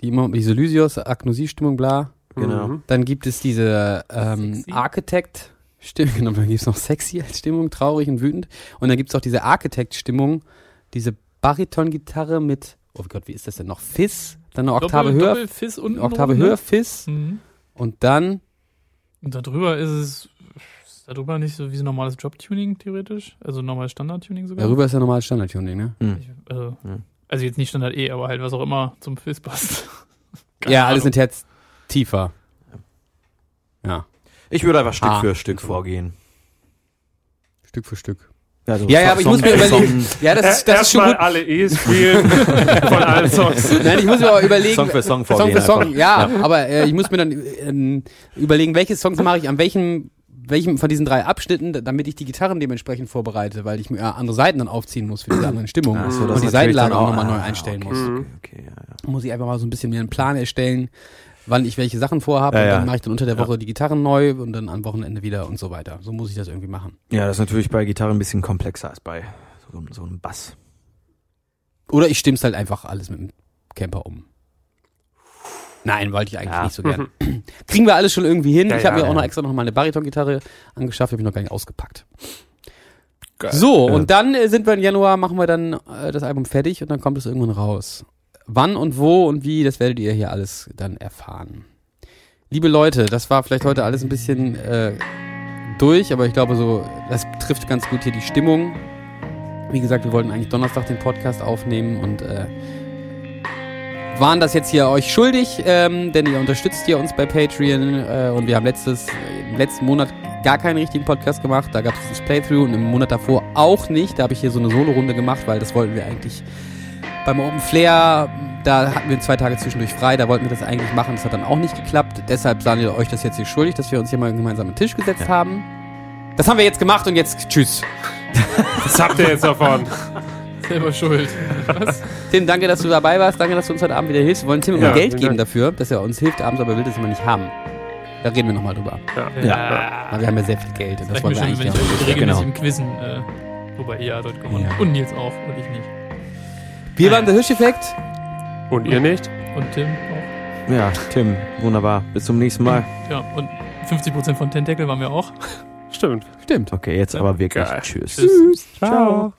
die immer, diese Lysios, Agnosie-Stimmung, bla. Genau. Mhm. Dann gibt es diese ähm, Sexy. Architect-Stimmung, genau, dann gibt es noch sexy als Stimmung, traurig und wütend. Und dann gibt es auch diese Architect-Stimmung, diese Bariton-Gitarre mit, oh Gott, wie ist das denn noch? Fizz, dann eine Oktave Doppel- höher, Doppelfiss unten Oktave drum, ne? höher, Fizz. Mhm. Und dann, Und darüber ist es ist darüber nicht so wie so normales Drop-Tuning theoretisch, also normales Standard-Tuning sogar. darüber ist ja normal Standard-Tuning, ne? Ich, äh, Ja. Also jetzt nicht Standard E, aber halt was auch immer zum Fizz passt. Keine ja, alles Ahnung. sind Herz tiefer. Ja, Ich würde einfach Stück Ah. für Stück vorgehen. Stück für Stück. Also Ja, ja, aber ich muss mir überlegen. Song, Ja, das, ist- das ist schon Erstmal gut. alle E's spielen von allen Songs. Nein, ich muss mir aber überlegen. Song für Song Song vorgehen. für Song, einfach. ja, aber äh, ich muss mir dann ähm, überlegen, welche Songs mache ich an welchem, welchem von diesen drei Abschnitten, da- damit ich die Gitarren dementsprechend vorbereite, weil ich mir äh, andere Seiten dann aufziehen muss für diese anderen Stimmungen Ach so, das und die ist natürlich Seitenlage dann auch nochmal ah, neu einstellen okay, muss. Mhm. Okay, okay, ja, ja. Muss ich einfach mal so ein bisschen mir einen Plan erstellen, wann ich welche Sachen vorhabe Ja, und dann ja. mache ich dann unter der Ja. Woche die Gitarren neu und dann am Wochenende wieder und so weiter. So muss ich das irgendwie machen. ja, das ist natürlich bei Gitarre ein bisschen komplexer als bei so, so einem Bass. Oder ich stimm's halt einfach alles mit dem Camper um. Nein, wollte ich eigentlich Ja. nicht so gern. Kriegen wir alles schon irgendwie hin. Ja, ich habe ja, mir auch ja. noch extra noch mal eine Baritongitarre angeschafft, habe ich noch gar nicht ausgepackt. So, Ja. und dann äh, sind wir im Januar, machen wir dann äh, das Album fertig und dann kommt es irgendwann raus. Wann und wo und wie, das werdet ihr hier alles dann erfahren. Liebe Leute, das war vielleicht heute alles ein bisschen äh, durch, aber ich glaube so, das trifft ganz gut hier die Stimmung. Wie gesagt, wir wollten eigentlich Donnerstag den Podcast aufnehmen und äh, waren das jetzt hier euch schuldig, ähm, denn ihr unterstützt ja uns bei Patreon äh, und wir haben letztes, im letzten Monat gar keinen richtigen Podcast gemacht, da gab es das Playthrough und im Monat davor auch nicht, da habe ich hier so eine Solo-Runde gemacht, weil das wollten wir eigentlich beim Open Flair, da hatten wir zwei Tage zwischendurch frei, da wollten wir das eigentlich machen, das hat dann auch nicht geklappt, deshalb seid ihr euch das jetzt hier schuldig, dass wir uns hier mal gemeinsam an den Tisch gesetzt haben. Das haben wir jetzt gemacht und jetzt tschüss. Was habt ihr jetzt davon? Selber schuld. Was? Tim, danke, dass du dabei warst. Danke, dass du uns heute Abend wieder hilfst. Wir wollen Tim immer Ja, Geld vielen geben Dank. dafür, dass er uns hilft abends, aber er will das immer nicht haben. Da reden wir nochmal drüber. ja. Weil wir haben ja sehr viel Geld und das Das wollen reicht wir mir schon, eigentlich haben. wenn ich euch Genau. regelmäßig im Quizzen, äh, wobei ihr ja dort gewonnen Ja. habt. Und Nils auch, und ich nicht. Wir waren der Hirscheffekt. Und ihr nicht? Und Tim auch. Ja, Tim, wunderbar. Bis zum nächsten Mal. Ja, und 50% von Tentacle waren wir auch. Stimmt. Stimmt. Okay, jetzt aber wirklich. Geil. Tschüss. Tschüss. Ciao.